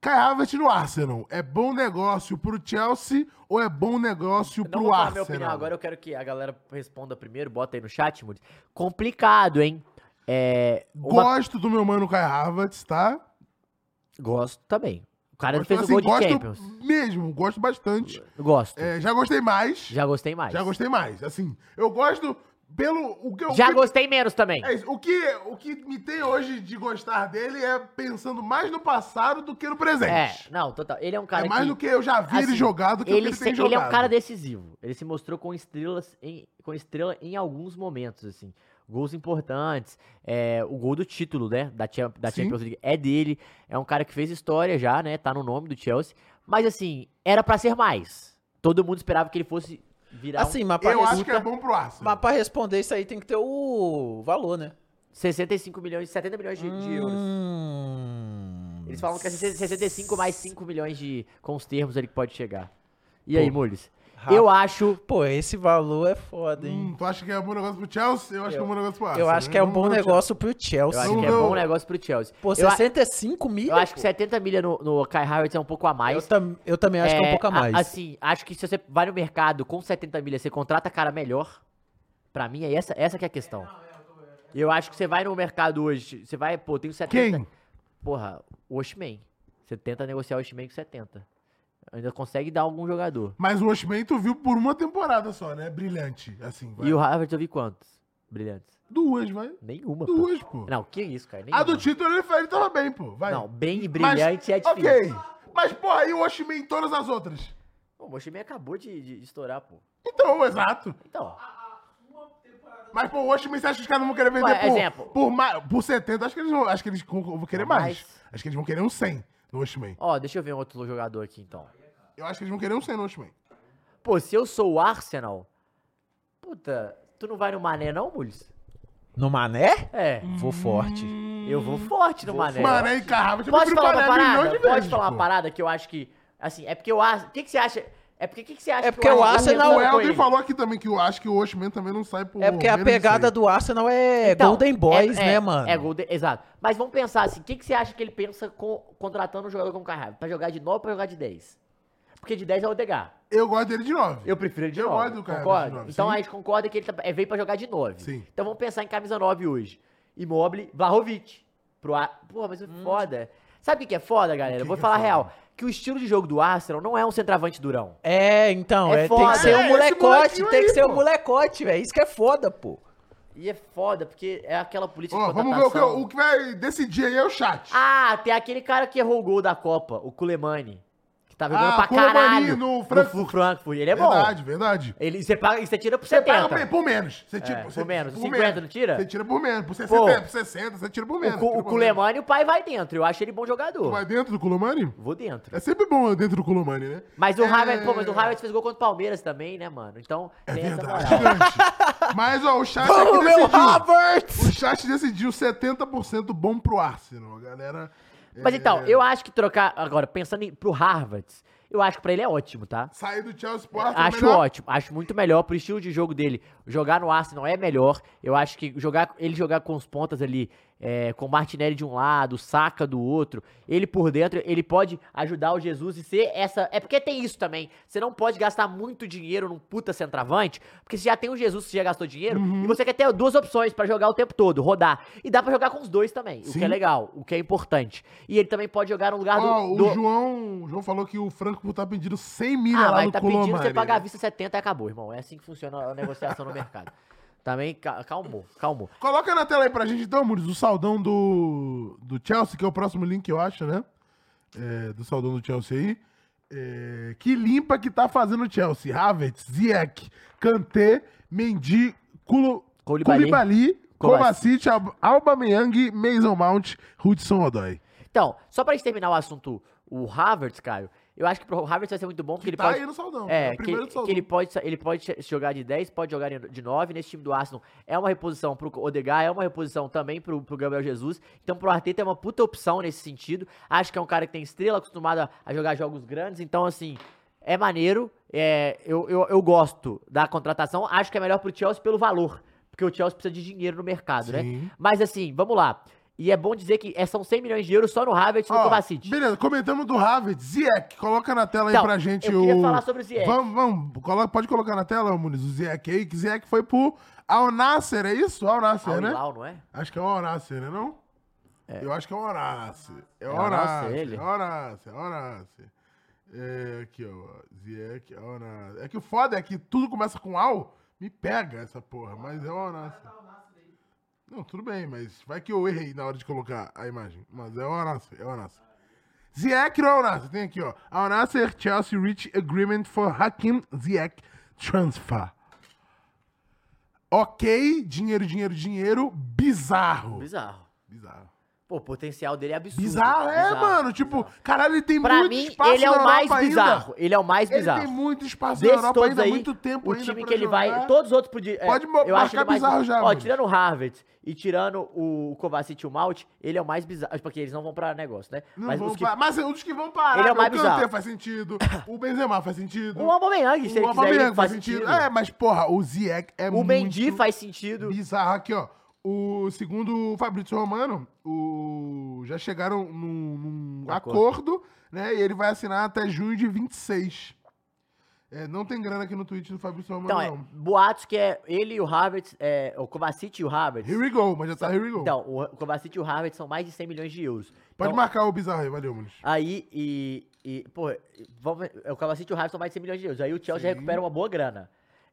Speaker 2: Kai Havertz no Arsenal. É bom negócio pro Chelsea ou é bom negócio
Speaker 1: Não
Speaker 2: pro
Speaker 1: vou falar minha
Speaker 2: Arsenal?
Speaker 1: opinião agora, eu quero que a galera responda primeiro, bota aí no chat, Muri. Complicado, hein? É, uma-
Speaker 2: Gosto do meu mano Kai Havertz, tá?
Speaker 1: Gosto também. O cara
Speaker 2: Gosto,
Speaker 1: fez o
Speaker 2: assim,
Speaker 1: gol de
Speaker 2: gosto
Speaker 1: Champions.
Speaker 2: mesmo, gosto bastante.
Speaker 1: Gosto.
Speaker 2: É, já gostei mais. Já,
Speaker 1: Já gostei mais.
Speaker 2: gostei mais. Assim, eu gosto pelo... O que, o
Speaker 1: Já
Speaker 2: que-
Speaker 1: gostei menos também.
Speaker 2: É isso. O que, o que me tem hoje de gostar dele é pensando mais no passado do que no presente.
Speaker 1: É, não, total. Ele é um cara
Speaker 2: é mais
Speaker 1: que...
Speaker 2: do que eu já vi ele
Speaker 1: assim,
Speaker 2: jogar do que o que
Speaker 1: ele,
Speaker 2: ele
Speaker 1: se-
Speaker 2: tem jogado.
Speaker 1: ele é um cara decisivo. Ele se mostrou com estrelas em, com estrela em alguns momentos, assim. Gols importantes. é, o gol do título, né? Da, Champ- da
Speaker 2: Sim.
Speaker 1: Champions League é dele. É um cara que fez história já, né? Tá no nome do Chelsea. Mas assim, era pra ser mais. Todo mundo esperava que ele fosse virar um
Speaker 4: Assim, mas pra,
Speaker 2: Eu
Speaker 4: res-
Speaker 2: acho que é bom pro Arsenal.
Speaker 4: mas pra responder isso aí tem que ter o valor, né?
Speaker 1: um 65 milhões, 70 milhões de, de euros.
Speaker 4: Hum...
Speaker 1: é Eles falam que é 65 mais 5 milhões de. com os termos ali que pode chegar. E aí, Mules?
Speaker 4: Rafa-
Speaker 1: Eu acho.
Speaker 4: Ah, Pô, esse valor é foda, hein?
Speaker 2: Hum, tu acha que é um bom negócio pro Chelsea? Eu acho que é um bom negócio pro Arsenal.
Speaker 4: eu acho que é um
Speaker 2: Vamos
Speaker 4: bom
Speaker 2: ver o
Speaker 4: negócio pro
Speaker 1: Eu
Speaker 4: Chelsea.
Speaker 1: acho que é
Speaker 2: Não, não.
Speaker 1: bom negócio pro Chelsea.
Speaker 4: Pô,
Speaker 1: eu, a-
Speaker 4: 65 milhas?
Speaker 1: eu acho que
Speaker 4: pô.
Speaker 1: 70 milha no, no Kai Havertz é um pouco a
Speaker 4: eu,
Speaker 1: mais.
Speaker 4: tam- eu também acho que é um pouco a
Speaker 1: a-
Speaker 4: mais.
Speaker 1: assim, acho que se você vai no mercado com 70 milhas, você contrata cara melhor. Pra mim, é essa, essa que é a questão. Eu acho que você vai no mercado hoje, você vai, pô, tenho 70.
Speaker 2: Quem?
Speaker 1: Porra, o Oshimen. Você tenta negociar o Oshimen com 70. Ainda consegue dar algum jogador.
Speaker 2: Mas o Osimhen tu viu por uma temporada só, né? Brilhante, assim. vai.
Speaker 1: E o Havertz eu vi quantos? Brilhantes.
Speaker 2: Duas, vai.
Speaker 1: Nenhuma, pô.
Speaker 2: Duas, pô.
Speaker 1: Não, que isso, cara.
Speaker 2: A
Speaker 1: Nenhuma.
Speaker 2: do título ele, ele tava bem, pô. Vai.
Speaker 1: Não, bem e
Speaker 2: Mas-
Speaker 1: brilhante é difícil.
Speaker 2: Ok. Mas, porra, e o Osimhen em todas as outras?
Speaker 1: Pô, o Oshimen acabou de, de estourar, pô.
Speaker 2: Então, exato.
Speaker 1: Então,
Speaker 2: Mas, pô, o Osimhen, você acha que os caras vão querer vender
Speaker 1: Ué,
Speaker 2: por,
Speaker 1: exemplo.
Speaker 2: por, ma- por 70? Acho que eles vão, acho que eles vão vão querer mais.
Speaker 1: Mais.
Speaker 2: Acho que eles vão querer um 100 no Osimhen.
Speaker 1: ó, deixa eu ver um outro jogador aqui, então.
Speaker 2: Eu acho que eles vão querer um 100 no Osimhen.
Speaker 1: Pô, se eu sou o Arsenal, puta, tu não vai no Mané não, Mules?
Speaker 4: No Mané?
Speaker 1: É,
Speaker 2: Hum,
Speaker 4: Vou forte.
Speaker 1: eu vou forte no Mané.
Speaker 2: Mané e Carrava.
Speaker 1: Posso falar uma parada? Pode falar uma parada que eu acho que, assim, é porque eu acho, o que que você acha? É porque o que que você acha
Speaker 4: É porque o Arsenal-
Speaker 2: O
Speaker 1: renovou com
Speaker 2: Elden
Speaker 1: ele?
Speaker 2: falou aqui também que eu acho que o Osimhen também não sai por
Speaker 4: É porque a
Speaker 2: menos de
Speaker 4: pegada
Speaker 2: 100.
Speaker 4: do Arsenal é
Speaker 1: Então,
Speaker 4: Golden Boys,
Speaker 1: é- é-
Speaker 4: né, mano?
Speaker 1: É, Golden, exato. Mas vamos pensar assim, o que, que você acha que ele pensa com- contratando um jogador como o Carrasco? Pra jogar de 9 ou pra jogar de 10? Porque de 10 é o Odegaard.
Speaker 2: Eu gosto dele de 9.
Speaker 1: Eu prefiro ele de
Speaker 2: Eu
Speaker 1: 9.
Speaker 2: gosto do Carrasco
Speaker 1: concorda?
Speaker 2: de nove,
Speaker 1: Então
Speaker 2: sim.
Speaker 1: a gente concorda que ele tá- é, veio pra jogar de 9.
Speaker 2: Sim.
Speaker 1: Então vamos pensar em camisa 9 hoje. Immobile, Vlahovic. Pro Ar... Porra, mas é foda. Sabe o que que é foda, galera?
Speaker 2: que
Speaker 1: Eu Vou
Speaker 2: que é
Speaker 1: falar a
Speaker 2: foda?
Speaker 1: real. Que o estilo de jogo do Arsenal não é um centroavante durão.
Speaker 4: É, então,
Speaker 1: É
Speaker 4: é, tem
Speaker 1: foda.
Speaker 4: que ser
Speaker 1: É,
Speaker 4: um
Speaker 2: esse
Speaker 4: molecote,
Speaker 2: molequinho
Speaker 4: tem que
Speaker 2: aí,
Speaker 4: ser
Speaker 2: pô.
Speaker 4: um molecote, velho. Isso que é foda, pô.
Speaker 1: E é foda, porque é aquela política
Speaker 2: Ó,
Speaker 1: de
Speaker 2: vamos ver o que, é
Speaker 1: contratação.
Speaker 2: o que vai decidir aí é o chat.
Speaker 1: Ah, tem aquele cara que errou o gol da Copa, o Kulemani. Que tá jogando
Speaker 2: Ah,
Speaker 1: pra
Speaker 2: Koulemani
Speaker 1: caralho.
Speaker 2: no
Speaker 1: No Frankfurt.
Speaker 2: Frankfurt.
Speaker 1: Frankfurt. Ele é bom.
Speaker 2: verdade, verdade.
Speaker 1: Ele, você, paga, e você tira por
Speaker 2: Você paga
Speaker 1: 70.
Speaker 2: me- por menos. Você tira,
Speaker 1: É,
Speaker 2: você-
Speaker 1: por menos. 50 não tira?
Speaker 2: Você tira por menos. Por 60,
Speaker 1: Pô.
Speaker 2: é, por 60 você tira por menos.
Speaker 1: o Cu-
Speaker 2: tira
Speaker 1: o é
Speaker 2: por menos.
Speaker 1: Kulemani, o pai vai dentro. Eu acho ele bom jogador.
Speaker 2: Vai dentro do Culomani?
Speaker 1: Vou dentro.
Speaker 2: É sempre bom eu dentro do Culomani, né?
Speaker 1: Mas o
Speaker 2: É.
Speaker 1: Havertz, pô, mas o Havertz fez gol contra o Palmeiras também, né, mano? Então,
Speaker 2: É
Speaker 1: tem
Speaker 2: verdade.
Speaker 1: essa moral.
Speaker 2: Gigante. Mas, ó, o chat
Speaker 4: Vamos,
Speaker 2: aqui
Speaker 4: meu
Speaker 2: decidiu.
Speaker 4: Havertz!
Speaker 2: O chat decidiu 70% bom pro Arsenal, a galera.
Speaker 1: Mas
Speaker 2: é,
Speaker 1: então, eu acho que trocar, agora, pensando em, pro Harvards, eu acho que pra ele é ótimo, tá?
Speaker 2: Sair do Chelsea pro Arsenal.
Speaker 1: acho
Speaker 2: melhor.
Speaker 1: ótimo, acho muito melhor pro estilo de jogo dele. Jogar no Arsenal é melhor. Eu acho que jogar, ele jogar com os pontas ali, é, com o Martinelli de um lado, o Saka do outro, ele por dentro, ele pode ajudar o Jesus e ser essa. É porque tem isso também. Você não pode gastar muito dinheiro num puta centroavante, porque você já tem o Jesus, você já gastou dinheiro,
Speaker 2: Uhum.
Speaker 1: e você quer ter duas opções pra jogar o tempo todo, rodar. E dá pra jogar com os dois também, o que
Speaker 2: Sim.
Speaker 1: é legal, o que é importante. E ele também pode jogar no lugar do.
Speaker 2: Ó,
Speaker 1: do-
Speaker 2: o João, o João falou que o Franco tá pedindo 100 mil
Speaker 1: ah,
Speaker 2: lá
Speaker 1: mas
Speaker 2: no né?
Speaker 1: tá pedindo você
Speaker 2: Colomani.
Speaker 1: pagar à vista 70 e acabou, irmão. É assim que funciona a negociação no mercado. Também, ca- calmou, calmou.
Speaker 2: Coloca na tela aí pra gente, então, Muris, o saldão do, do Chelsea, que é o próximo link, eu acho, né? É, do saldão do Chelsea aí. É, que limpa que tá fazendo o Chelsea. Havertz, Ziyech, Kanté, Mendy, Kulo,
Speaker 1: Koulibaly.
Speaker 2: Koulibaly,
Speaker 1: Kovacic.
Speaker 2: Kovacic, Al- Aubameyang, Mason Mount, Hudson Odoi.
Speaker 1: Então, só pra gente terminar o assunto, o Havertz, Caio, eu acho que pro Havertz vai ser muito bom, porque ele
Speaker 2: tá
Speaker 1: pode...
Speaker 2: aí no saldão.
Speaker 1: É,
Speaker 2: o
Speaker 1: que,
Speaker 2: primeiro do saldão.
Speaker 1: que ele pode ele pode se jogar de 10, pode jogar de 9 nesse time do Arsenal. É uma reposição pro Odegaard, é uma reposição também pro, pro Gabriel Jesus. Então pro Arteta é uma puta opção nesse sentido. Acho que é um cara que tem estrela, acostumado a, a jogar jogos grandes. Então, assim, é maneiro. É, eu, eu, eu gosto da contratação. Acho que é melhor pro Chelsea pelo valor. Porque o Chelsea precisa de dinheiro no mercado, né?
Speaker 2: Sim.
Speaker 1: Mas assim, vamos lá. E é bom dizer que é- são 100 milhões de euros só no Havertz e no
Speaker 2: Ó,
Speaker 1: Kovacic.
Speaker 2: Beleza, comentamos do Havertz. Ziek, coloca na tela aí
Speaker 1: Então,
Speaker 2: pra gente
Speaker 1: eu
Speaker 2: o.
Speaker 1: queria falar sobre o Ziyech.
Speaker 2: Vamos, vamos, coloca- pode colocar na tela, Muniz, o Ziek aí, que Ziek foi pro Al Nasser, é isso? Al Nasser,
Speaker 1: Al
Speaker 2: né?
Speaker 1: Hilal, não é?
Speaker 2: Acho que é o Al Nasser, né? Não? Eu acho que é o Al Nasser. É o
Speaker 1: Al
Speaker 2: Al
Speaker 1: Nasser,
Speaker 2: Nasser.
Speaker 1: ele?
Speaker 2: É o Al Nasser, é o Al Nasser. É, aqui, ó. Ziek, Al Nasser. É que o foda é que tudo começa com Al, me pega essa porra, mas é o Al Nasser. Não, tudo bem, mas vai que eu errei na hora de colocar a imagem. Mas é o Al Nasser, é o Al Nasser. Ziyech no Al-Nassr. Tem aqui, ó. Al-Nassr, Chelsea reach agreement for Hakim Ziyech transfer. Ok, dinheiro, dinheiro, dinheiro. Bizarro.
Speaker 1: Bizarro.
Speaker 2: Bizarro.
Speaker 1: Pô, o potencial dele é absurdo.
Speaker 2: Bizarro, é,
Speaker 1: bizarro,
Speaker 2: mano. Tipo,
Speaker 1: bizarro.
Speaker 2: caralho, ele tem
Speaker 1: pra
Speaker 2: muito
Speaker 1: mim,
Speaker 2: espaço
Speaker 1: ele é
Speaker 2: na
Speaker 1: o
Speaker 2: Europa
Speaker 1: mais
Speaker 2: ainda.
Speaker 1: bizarro. Ele é o mais
Speaker 2: Ele
Speaker 1: bizarro.
Speaker 2: tem muito espaço na
Speaker 1: Desses
Speaker 2: Europa
Speaker 1: todos
Speaker 2: ainda,
Speaker 1: aí,
Speaker 2: muito tempo
Speaker 1: o
Speaker 2: ainda
Speaker 1: time
Speaker 2: pra
Speaker 1: que ele vai.
Speaker 2: jogar. é.
Speaker 1: Todos os outros podiam.
Speaker 2: Pode mo-
Speaker 1: eu acho
Speaker 2: marcar
Speaker 1: ele é mais
Speaker 2: bizarro já,
Speaker 1: Ó,
Speaker 2: mano.
Speaker 1: tirando o Harvard e tirando o Kovacic e o Malt, ele é o mais bizarro. Porque eles não vão pra negócio, né?
Speaker 2: Não
Speaker 1: Mas
Speaker 2: vão
Speaker 1: os que.
Speaker 2: parar. Mas assim, os que vão parar,
Speaker 1: Ele é o
Speaker 2: meu,
Speaker 1: mais
Speaker 2: Kanté
Speaker 1: bizarro.
Speaker 2: faz sentido, o Benzema faz sentido,
Speaker 1: O Aubameyang, se ele quiser,
Speaker 2: Aubameyang
Speaker 1: ele faz sentido.
Speaker 2: É, mas porra, o Ziyech é
Speaker 1: O
Speaker 2: muito
Speaker 1: Mendy faz sentido.
Speaker 2: bizarro. Aqui, ó, o segundo o Fabrício Romano, o... já chegaram num, num acordo.
Speaker 1: Acordo.
Speaker 2: né, e ele vai assinar até junho de 26. É, não tem grana aqui no tweet do Fabrício Romano,
Speaker 1: Então, é,
Speaker 2: não.
Speaker 1: boatos que é ele e o Harvard, é, o Kovacic e o Harvard.
Speaker 2: Here we go, mas já tá here we go.
Speaker 1: Então, o Kovacic e o Harvard são mais de 100 milhões de euros.
Speaker 2: Pode
Speaker 1: Então,
Speaker 2: marcar o bizarro aí, valeu, mano.
Speaker 1: Aí, e, e pô, vamos, ver, é o Kovacic e o Harvard são mais de 100 milhões de euros. Aí o Chelsea
Speaker 2: Sim.
Speaker 1: recupera uma boa grana.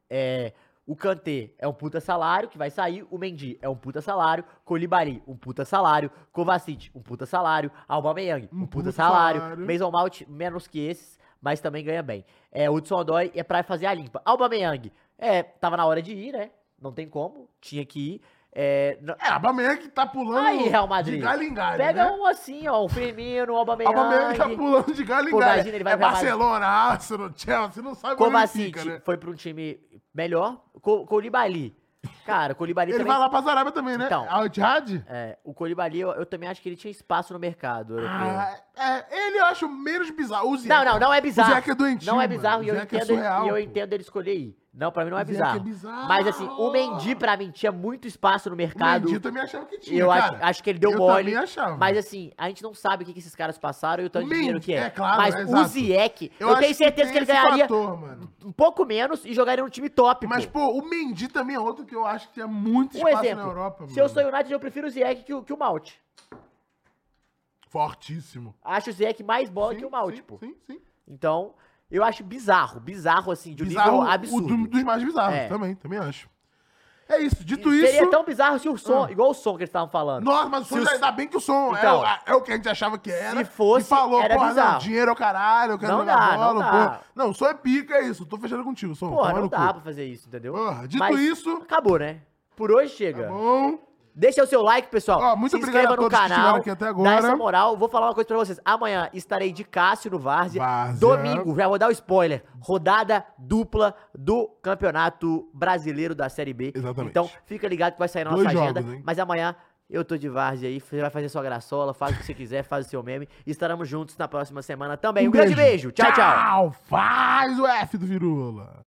Speaker 1: É, o Kanté é um puta salário que vai sair, o Mendy é um puta salário, Colibari, um puta salário, Kovacic, um puta salário, Aubameyang, um,
Speaker 2: Um
Speaker 1: puta,
Speaker 2: puta
Speaker 1: salário,
Speaker 2: salário.
Speaker 1: Mason Mount, menos que esses, mas também ganha bem. É, o Hudson Odoi é pra fazer a limpa. Aubameyang, é, tava na hora de ir, né? Não tem como, tinha que ir. É, n-
Speaker 2: É, a Bameyang que tá pulando
Speaker 1: Aí, Real Madrid.
Speaker 2: de galho em galho,
Speaker 1: pega
Speaker 2: né?
Speaker 1: um assim, ó, um Firmino, um Aubameyang,
Speaker 2: Aubameyang tá pulando de galho em
Speaker 1: Pô,
Speaker 2: galho.
Speaker 1: imagina, ele vai
Speaker 2: é
Speaker 1: pra Madrid.
Speaker 2: Barcelona, Arsenal, Chelsea, não sabe onde ele
Speaker 1: Kovacic
Speaker 2: fica, né?
Speaker 1: foi pra um time melhor. Co- Colibali. Cara, o Colibali
Speaker 2: Ele
Speaker 1: também.
Speaker 2: vai lá pra Arábia também, né?
Speaker 1: Então.
Speaker 2: Al Ittihad?
Speaker 1: É, o Colibali, eu, eu também acho que ele tinha espaço no mercado. europeu.
Speaker 2: Ah, é, ele eu acho menos bizarro. O
Speaker 1: não,
Speaker 2: Ziyech-
Speaker 1: não, não é bizarro.
Speaker 2: O Zeke é doentio,
Speaker 1: Não é bizarro e eu,
Speaker 2: mano. O Zeke é
Speaker 1: entendo,
Speaker 2: surreal,
Speaker 1: e eu
Speaker 2: pô.
Speaker 1: entendo ele escolher ir. Não, pra mim não é
Speaker 2: O Zeke
Speaker 1: bizarro.
Speaker 2: é bizarro.
Speaker 1: Mas assim, o Mendy pra mim tinha muito espaço no
Speaker 2: O
Speaker 1: mercado.
Speaker 2: Mendy eu também achava que tinha,
Speaker 1: eu acho,
Speaker 2: cara.
Speaker 1: acho que ele deu
Speaker 2: eu
Speaker 1: mole.
Speaker 2: também achava.
Speaker 1: Mas assim, a gente não sabe o que, que esses caras passaram e o tanto de
Speaker 2: Mendy,
Speaker 1: dinheiro que é.
Speaker 2: é claro,
Speaker 1: Mas
Speaker 2: é
Speaker 1: o
Speaker 2: exato.
Speaker 1: Ziek, assim, eu,
Speaker 2: acho
Speaker 1: tenho certeza que,
Speaker 2: tem
Speaker 1: ele
Speaker 2: esse
Speaker 1: ganharia
Speaker 2: fator, mano.
Speaker 1: um pouco menos e jogaria num time top.
Speaker 2: Mas,
Speaker 1: pô.
Speaker 2: pô, o Mendy também é outro que eu acho que tinha muito
Speaker 1: Um
Speaker 2: espaço
Speaker 1: exemplo.
Speaker 2: na Europa,
Speaker 1: se
Speaker 2: mano.
Speaker 1: eu sou United, eu prefiro o Ziyech que, o- que o Malt.
Speaker 2: Fortíssimo.
Speaker 1: Acho o Ziyech mais bola é que o tipo, Malt,
Speaker 2: sim,
Speaker 1: pô.
Speaker 2: sim, sim.
Speaker 1: Então, eu acho bizarro. Bizarro, assim, de um
Speaker 2: Bizarro,
Speaker 1: nível
Speaker 2: o
Speaker 1: absurdo.
Speaker 2: do- dos mais bizarros,
Speaker 1: É.
Speaker 2: também, também acho. É isso, dito
Speaker 1: Seria
Speaker 2: isso...
Speaker 1: tão bizarro se o som,
Speaker 2: Ah.
Speaker 1: igual o som que eles estavam falando.
Speaker 2: Nossa, mas o som,
Speaker 1: Se
Speaker 2: já-
Speaker 1: o-
Speaker 2: ainda bem que o som
Speaker 1: Então.
Speaker 2: é, o- é o que a gente achava que era.
Speaker 1: Se fosse,
Speaker 2: E falou,
Speaker 1: era
Speaker 2: porra, não,
Speaker 1: bizarro.
Speaker 2: dinheiro é o caralho, eu quero
Speaker 1: Não
Speaker 2: jogar
Speaker 1: dá, não
Speaker 2: bola,
Speaker 1: dá.
Speaker 2: porra. Não, o som é pica, é isso. eu Tô fechando contigo, som.
Speaker 1: Porra,
Speaker 2: toma
Speaker 1: não
Speaker 2: no
Speaker 1: dá
Speaker 2: cu.
Speaker 1: pra fazer isso, entendeu?
Speaker 2: Porra, dito
Speaker 1: Mas
Speaker 2: isso,
Speaker 1: Acabou, né? Por hoje chega.
Speaker 2: Ah. Tá bom...
Speaker 1: Deixa o seu like, pessoal.
Speaker 2: Ó, muito
Speaker 1: se
Speaker 2: obrigado
Speaker 1: inscreva
Speaker 2: a
Speaker 1: no
Speaker 2: todos que
Speaker 1: canal.
Speaker 2: estiveram aqui até
Speaker 1: Dá
Speaker 2: agora.
Speaker 1: essa moral. Vou falar uma coisa pra vocês. Amanhã estarei de Cássio no Várzea.
Speaker 2: Várzea.
Speaker 1: Domingo, já vou dar o spoiler. Rodada dupla do Campeonato Brasileiro da Série B.
Speaker 2: Exatamente.
Speaker 1: Então, fica ligado que vai sair na
Speaker 2: Dois
Speaker 1: nossa
Speaker 2: jogos,
Speaker 1: agenda.
Speaker 2: hein?
Speaker 1: Mas amanhã eu tô de Várzea aí. Você vai fazer sua graçola, faz o que você quiser, faz o seu meme. E Um
Speaker 2: Um
Speaker 1: estaremos juntos na próxima semana também. Um, grande beijo. tchau. tchau.
Speaker 2: Faz o F do Virula.